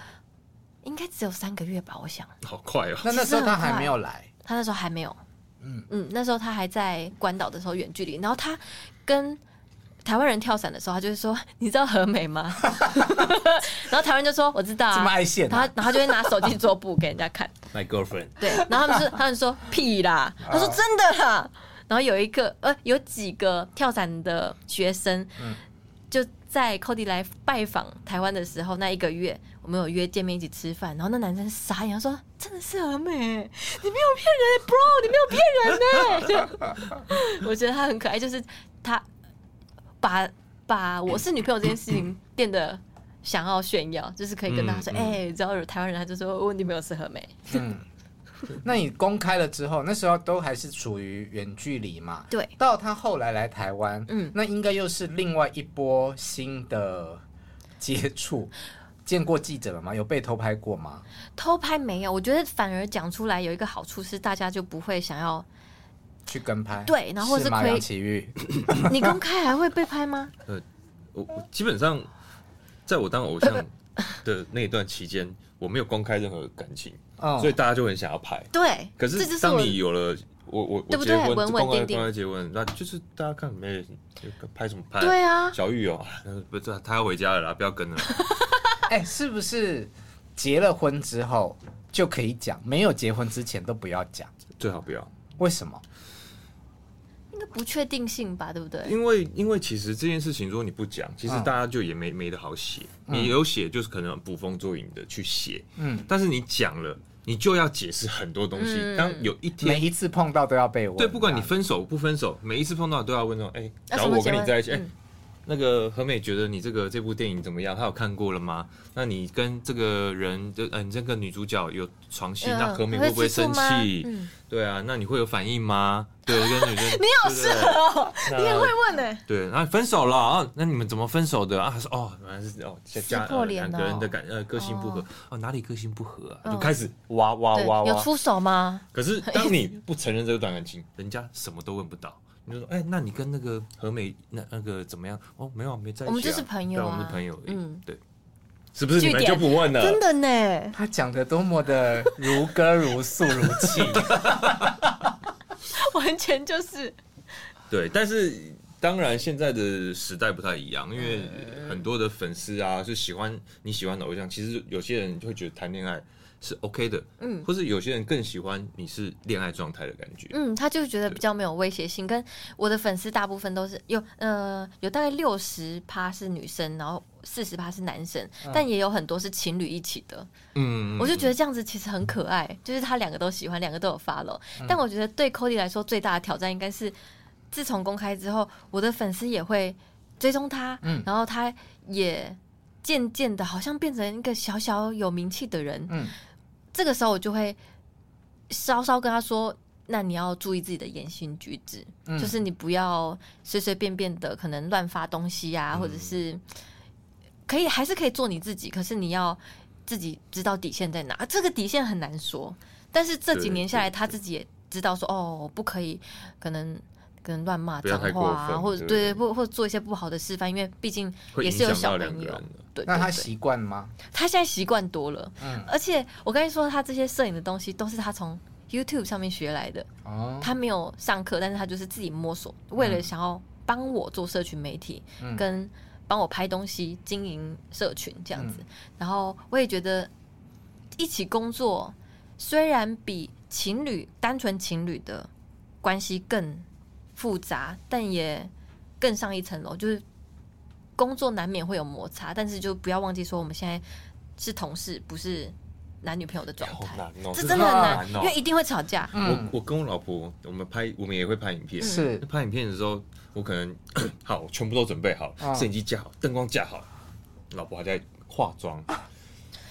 应该只有三个月吧，我想。好快哦！那那时候其实很他还快没有来，他那时候还没有，嗯嗯那时候他还在关岛的时候远距离，然后他跟台湾人跳伞的时候，他就会说：“你知道和美吗？” 然后台湾人就说：“我知道这么啊。”爱现、然后啊，然后他就会拿手机桌布给人家看， My girlfriend，对，然后他们说他们说屁啦，他说真的啦，然后有一个呃有几个跳伞的学生，嗯就在 Cody 来拜访台湾的时候那一个月，我们有约见面一起吃饭，然后那男生傻眼，他说真的是很美，你没有骗人，bro，你没有骗人呢、我觉得他很可爱，就是他把把我是女朋友这件事情变得。想要炫耀，就是可以跟大家说，嗯嗯哎、只要有台湾人，他就说哦我女朋友是何美，嗯，那你公开了之后，那时候都还是处于远距离嘛，对，到他后来来台湾，嗯那应该又是另外一波新的接触。见过记者了吗？有被偷拍过吗？偷拍没有，我觉得反而讲出来有一个好处是，大家就不会想 要去跟拍？对然后或是是吗可以杨奇玉，你公开还会被拍吗？我我基本上在我当偶像的那一段期间，我没有公开任何感情，嗯，所以大家就很想要拍。对，可这就是是当我你有了我我我对不结对婚，稳稳公开定定公开结婚，那就是大家看没拍什么拍？对啊，小玉哦，不是他要回家了啦，不要跟了。 哎、是不是结了婚之后就可以讲？没有结婚之前都不要讲，最好不要，为什么？不确定性吧，对不对？因为因为其实这件事情，如果你不讲，其实嗯大家就也没没得好写。嗯你有写，就是可能捕风捉影的去写，嗯，但是你讲了，你就要解释很多东西。嗯当有一每天，一次碰到都要被问。啊对，不管你这样分手不分手，每一次碰到都要问说，哎，那假什如么我结跟你婚在一起，哎嗯，那个何美觉得你这个这部电影怎么样？她有看过了吗？那你跟这个人，就呃，你这个女主角有床戏，那嗯何美你会不会吃醋生吗气？ 嗯对啊，那你会有反应吗？对， 跟女生，你好适合哦，对不对你很会问呢、对，然后分手了啊？那你们怎么分手的啊？他说哦，原来是哦，家撕家破呃脸两个哦人的感呃个性不合哦哦，哪里个性不合啊？嗯就开始挖挖对，挖有挖。出手吗？可 是当你不承认这段感情， 人家什么都问不到。你就说，哎，那你跟那个何美那那个怎么样？哦，没有啊，没在一起啊。我们就是朋友对啊我们是朋友。嗯嗯，对，是不是你们据就点不问了？真的呢，他讲的多么的如歌如诉如 泣， 完全就是对，但是当然现在的时代不太一样，因为嗯很多的粉丝啊是喜欢你喜欢的偶像，其实有些人就会觉得谈恋爱是 OK 的，嗯或是有些人更喜欢你是恋爱状态的感觉。嗯，他就觉得比较没有威胁性。跟我的粉丝大部分都是有呃有大概六十趴是女生，然后四十趴是男生，但也有很多是情侣一起的。嗯我就觉得得这样子其实很可爱，就是他两个都喜欢，两个都有 follow、嗯但我觉得对 Cody 来说最大的挑战应该是，自从公开之后，我的粉丝也会追踪他，嗯然后他也渐渐的好像变成一个小小有名气的人。嗯这个时候我就会稍稍跟他说。那你要注意自己的言行举止，嗯就是你不要随随便便的可能乱发东西啊，嗯或者是可以还是可以做你自己，可是你要自己知道底线在哪，啊这个底线很难说。但是这几对年下来，对他自己也知道说，哦，不可以，可能可能乱骂不要脏太过话啊，分或者对对，或或者做一些不好的示范，因为毕竟会也影是有响小到两朋个人友。的。对，那他对对习惯吗？他现在习惯多了，嗯而且我跟你说，他这些摄影的东西都是他从 YouTube 上面学来的，哦，他没有上课，但是他就是自己摸索，为了嗯想要帮我做社群媒体，嗯跟帮我拍东西、经营社群这样子。然后我也觉得一起工作，虽然比情侣单纯情侣的关系更复杂，但也更上一层楼。就是工作难免会有摩擦，但是就不要忘记说我们现在是同事，不是男女朋友的状好态。难哦，这真的很好难，因哦为一定会吵架。嗯我我跟我老婆，我们拍，我们也会拍影片。是那拍影片的时候，我可能好，全部都准备好，啊摄影机架好，灯光架好，老婆还在化妆。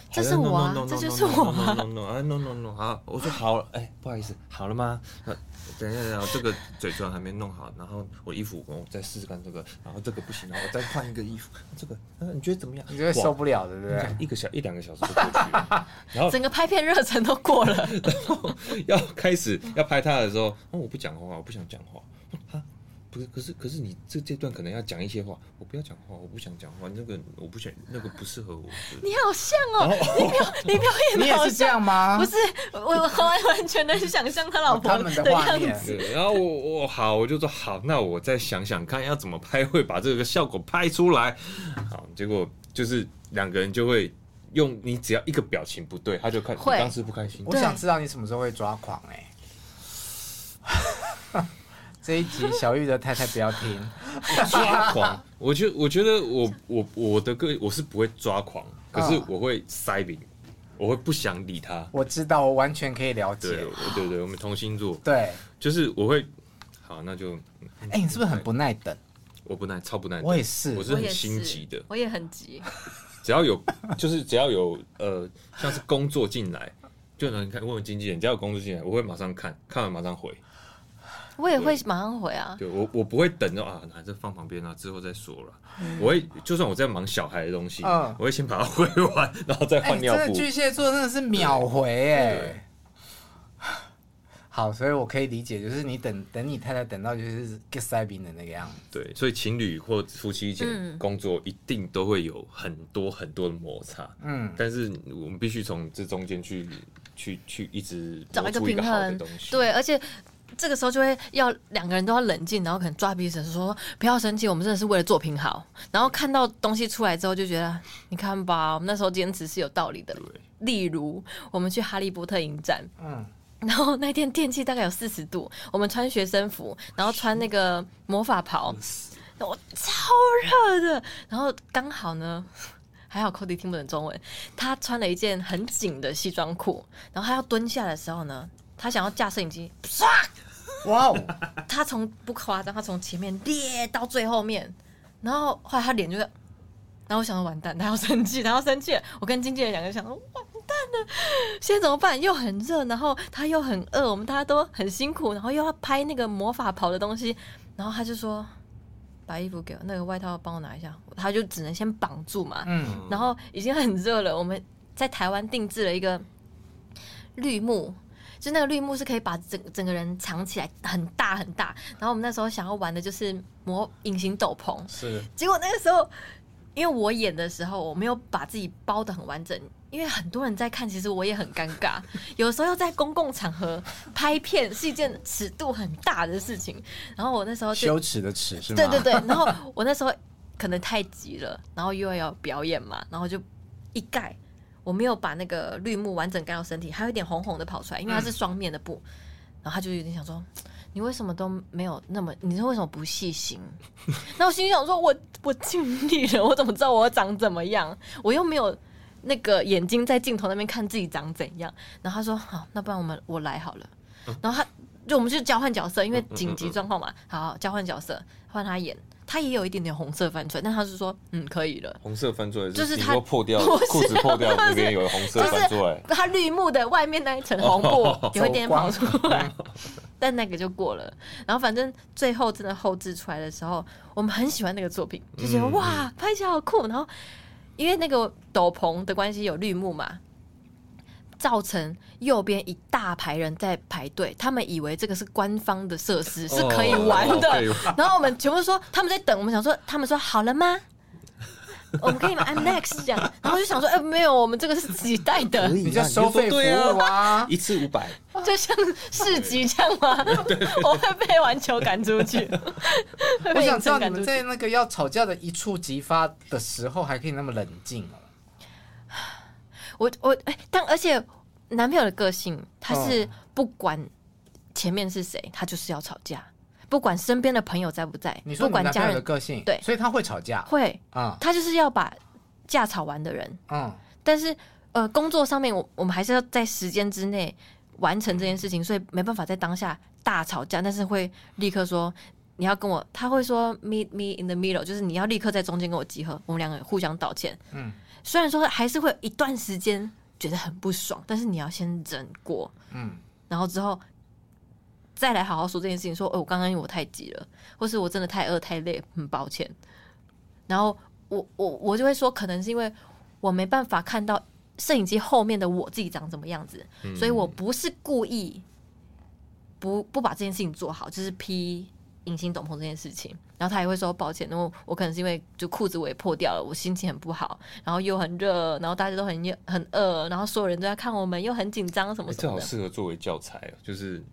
这是我啊好像这就是我啊 No no no, no no no no, no, no, no, no, no, no 好，我说好了，哎，不好意思，好了吗？那等一下，等一下，这个嘴唇还没弄好，然后我衣服我再试试看这个，然后这个不行，然后我再换一个衣服，这个，呃你觉得怎么样？你就会受不了的，对不哇对？一个小一两个小时就过去了，然后整个拍片热忱都过了， 要开始要拍他的时候，哦，我不讲话，我不想讲话。啊，不是，可是可是你这这段可能要讲一些话，我不要讲话，我不想讲话，那个我不想，那个不适合我。你好像哦，你表你表演你的也好是这像样吗？哦不是，我我完完全能想象他老婆啊他们的画样面子。对，然后我我好，我就说好，那我再想想看要怎么拍会把这个效果拍出来。好，结果就是两个人就会用你只要一个表情不对，他就看你会当时不开心。我想知道你什么时候会抓狂哎、 这一集小玉的太太不要听，抓狂。我觉我觉得我我我的个我是不会抓狂，可是啊我会塞饼，我会不想理他。我知道，我完全可以了对解。我对对，我们同星座，对，就是我会好，那就哎、你是不是很不耐等？我不耐，超不耐等。我也是，我是我很也心急的我也很急。只要有就是只要有呃，像是工作进来，就能看问问经纪人，只要有工作进来，我会马上看，看完马上回。我也会马上回啊。对我我不会等着啊，还是放旁边啊，之后再说了。我会就算我在忙小孩的东西，嗯我会先把它回完，然后再哎、换真尿的布。巨蟹座真的是秒回哎、对 好，所以我可以理解，就是你等等你太太等到就是 get 塞宾的那个样子。对，所以情侣或夫妻间嗯工作一定都会有很多很多的摩擦，嗯，但是我们必须从这中间去去去一直找一一个出一个平好的衡东西。，对，而且这个时候就会要两个人都要冷静，然后可能抓彼此说不要生气，我们真的是为了作品好。然后看到东西出来之后，就觉得你看吧，我们那时候坚持是有道理的。对例如，我们去哈利波特影展，嗯，然后那天天气大概有四十度，我们穿学生服，然后穿那个魔法袍，我超热的。然后刚好呢，还好 Cody 听不懂中文，他穿了一件很紧的西装裤，然后他要蹲下的时候呢，他想要架摄影机，哇哦，他从不夸张，他从前面列到最后面，然后后来他脸就是，然后我想说完蛋，他要生气，他要生气了。我跟经纪人两个想说完蛋了，现在怎么办？又很热，然后他又很饿，我们大家都很辛苦，然后又要拍那个魔法袍的东西，然后他就说把衣服给我，那个外套帮我拿一下，他就只能先绑住嘛，嗯，然后已经很热了，我们在台湾定制了一个绿幕，就那个绿幕是可以把整整个人藏起来，很大很大。然后我们那时候想要玩的就是魔隐形斗篷，是结果那个时候，因为我演的时候我没有把自己包的很完整，因为很多人在看，其实我也很尴尬。有时候要在公共场合拍片是一件尺度很大的事情，然后我那时候就羞耻的耻是吗？对对对，然后我那时候可能太急了，然后又要表演嘛，然后就一盖，我没有把那个绿幕完整盖到身体，还有一点红红的跑出来，因为它是双面的布，嗯然后他就有点想说。你为什么都没有那么？你是为什么不细心？ 那我心里想说我，我尽力了，我怎么知道我长怎么样？我又没有那个眼睛在镜头那边看自己长怎样。然后他说：“好，那不然我们我来好了。”嗯然后他就我们去交换角色，因为紧急状况嘛。好，交换角色，换他演。他也有一点点红色犯唇，但他是说：“嗯，可以了。”红色翻出来就是顶它多破掉不是裤子破掉那边有红色翻出来，它绿幕的外面那一层红 布有一点跑出来， 但那个就过了。然后反正最后真的后置出来的时候，我们很喜欢那个作品，就觉得、哇，拍起来好酷。然后因为那个斗篷的关系有绿幕嘛。造成右边一大排人在排队，他们以为这个是官方的设哦施，是可以哦玩的。可以玩 然后我们全部说他们在等，我们想说他们说好了吗？我们可以吗？I'm next 这样，然后就想说，哎、没有，我们这个是自己带的可，以啊你叫收费服你就说务对啊，一次五百，就像市集这样吗？我会被玩球赶出去， 会我被想影知道你城赶出们去。在那个要吵架的一触即发的时候，还可以那么冷静哦。我我哎、但而且男朋友的个性，他哦是不管前面是谁，他就是要吵架，不管身边的朋友在不在，你说不你男管朋家友的人个性，对所以他会吵架，会，啊，他就是要把架吵完的人嗯，但是呃，工作上面我我们还是要在时间之内完成这件事情，所以没办法在当下大吵架，但是会立刻说你要跟我，他会说 meet me in the middle，就是你要立刻在中间跟我集合，我们两个互相道歉。嗯，虽然说还是会有一段时间觉得很不爽，但是你要先忍过， 嗯，然后之后。再来好好说这件事情，说，哦、我刚刚因为我太急了，或是我真的太饿太累，很抱歉。然后我我我就会说，可能是因为我没办法看到摄影机后面的我自己长什么样子，嗯所以我不是故意不不把这件事情做好，就是批隐形斗篷这件事情。然后他也会说抱歉，然后我可能是因为就裤子我也破掉了，我心情很不好，然后又很热，然后大家都很很饿，然后所有人都在看我们，又很紧张什么哎什这么好的，适合作为教材哦，就是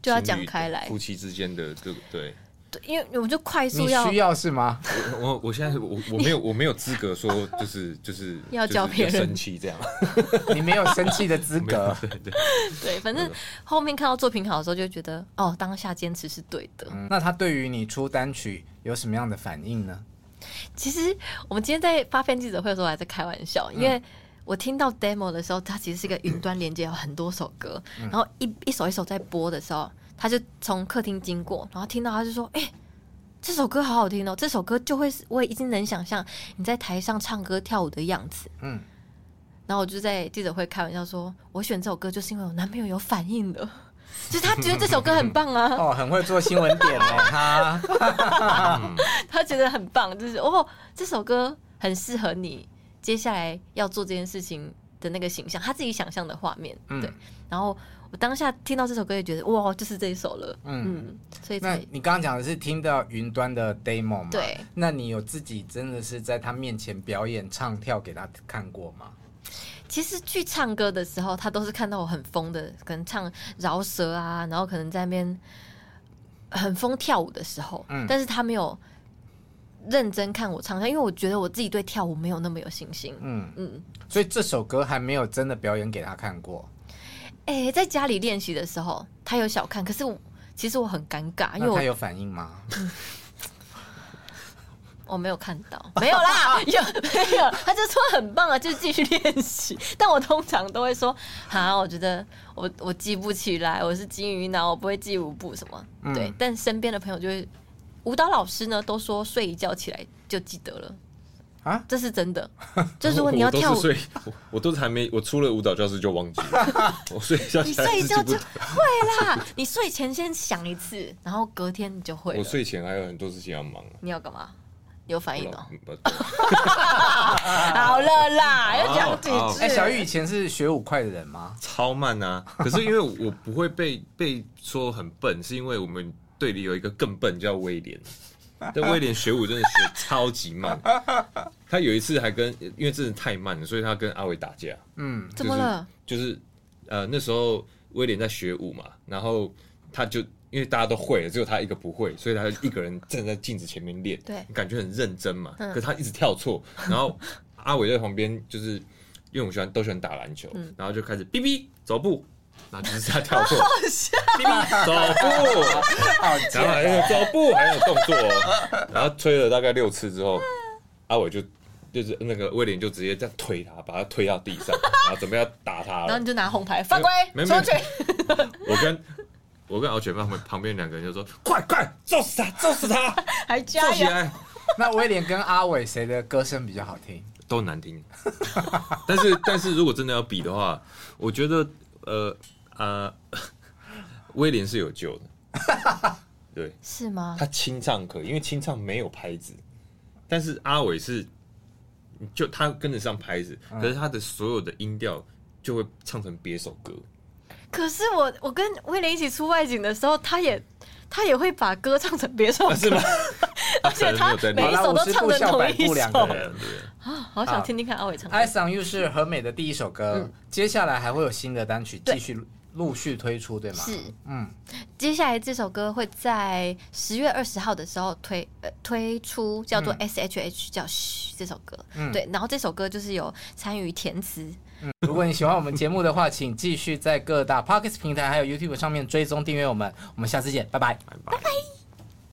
就要情讲侣开来夫。妻之间的这个对。对，因为我就快速你要需要是 吗？我我现在我我没有我没有资格说就是就是 要教就是别人生气这样，你没有生气的资 格，对，反正后面看到作品好的时候就觉得哦，当下坚持是对的。嗯那他对于你出单曲有什么样的反应呢？其实我们今天在发片记者会的时候还在开玩笑，因为我听到 demo 的时候，它其实是一个云端连接，有很多首歌，然后一一首一首在播的时候，他就从客厅经过，然后听到他就说：“哎、这首歌好好听哦！”这首歌就会是，我已经能想象你在台上唱歌跳舞的样子。嗯，然后我就在记者会开玩笑说：“我选这首歌就是因为我男朋友有反应的，就是他觉得这首歌很棒啊。” 哦，很会做新闻点 哎，他他觉得很棒，就是哦，这首歌很适合你接下来要做这件事情的那个形象，他自己想象的画面，嗯对。然后我当下听到这首歌也觉得哇，就是这一首了，嗯嗯，所以那才你刚刚讲的是听到云端的 demo 吗？对。那你有自己真的是在他面前表演唱跳给他看过吗？其实去唱歌的时候，他都是看到我很疯的，可能唱饶舌啊，然后可能在那边很疯跳舞的时候，嗯但是他没有认真看我唱跳，因为我觉得我自己对跳舞没有那么有信心，嗯嗯。所以这首歌还没有真的表演给他看过。哎、在家里练习的时候，他有小看，可是我其实我很尴尬，啊因那为他我有反应吗？我没有看到，没有啦，有没有？他就说很棒啊，就继续练习。但我通常都会说，啊，我觉得我我记不起来，我是金鱼脑，我不会记舞步什么。嗯对，但身边的朋友就会，舞蹈老师呢都说睡一觉起来就记得了。啊，这是真的， 就是如果你要跳舞，所以我我都是还没我出了舞蹈教室就忘记 了，我睡一觉你起来睡一是觉记不就得会啦。你睡前先想一次，然后隔天你就会我了。睡前还有很多事情要忙啊。你要干嘛？有哎 反应哦、嗯不好了啦，要讲几好句。哎、小玉以前是学舞快的人 吗？超慢啊！可是因为我不会被被说很笨，是因为我们队里有一个更笨叫威 廉，但威廉学舞真的学超级慢。他有一次还跟，因为真的太慢了，所以他跟阿伟打架。嗯，怎么了？就是呃那时候威廉在学舞嘛，然后他就因为大家都会了，只有他一个不会，所以他就一个人站在镜子前面练，对感觉很认真嘛。嗯可他一直跳错，然后阿伟在旁边就是因为我们喜欢都喜欢打篮球，嗯哦然后就开始哔哔走步。然后就是他跳错，哔哔走步， 好然后还贱，有走步，还有动作哦，然后吹了大概六次之后，阿伟就就是那个威廉就直接这样推他，把他推到地上，然后准备要打他了。然后你就拿红牌犯规，没没出去。我跟我跟敖犬旁边旁边两个人就说：“快快揍死他，揍死他，还揍 加起油！来那威廉跟阿伟谁的歌声比较好听？！”都难听， 但是但是如果真的要比的话，我觉得呃呃，威廉是有救的。对是吗？他清唱可以，因为清唱没有拍子，但是阿伟是就他跟得上拍子，可是他的所有的音调就会唱成别首歌。可是我我跟威廉一起出外景的时候，他也他也会把歌唱成别首歌，啊是吗 啊而且可能没有在他每练一首都唱的同一好啦五十步笑百步两个首对人啊对啊！好哎嗯想听听看阿伟唱《歌。爱上又是和美的第一首歌，接下来还会有新的单曲继续陆续推出，对吗？是，嗯，接下来这首歌会在十月二十号的时候推呃推出，叫嗯做 S H H，、叫嘘这首歌。嗯对，然后这首歌就是有参与填词，如果你喜欢我们节目的话，请继续在各大 Pockets 平台还有 YouTube 上面追踪订阅我们，我们下次见，拜拜。拜拜。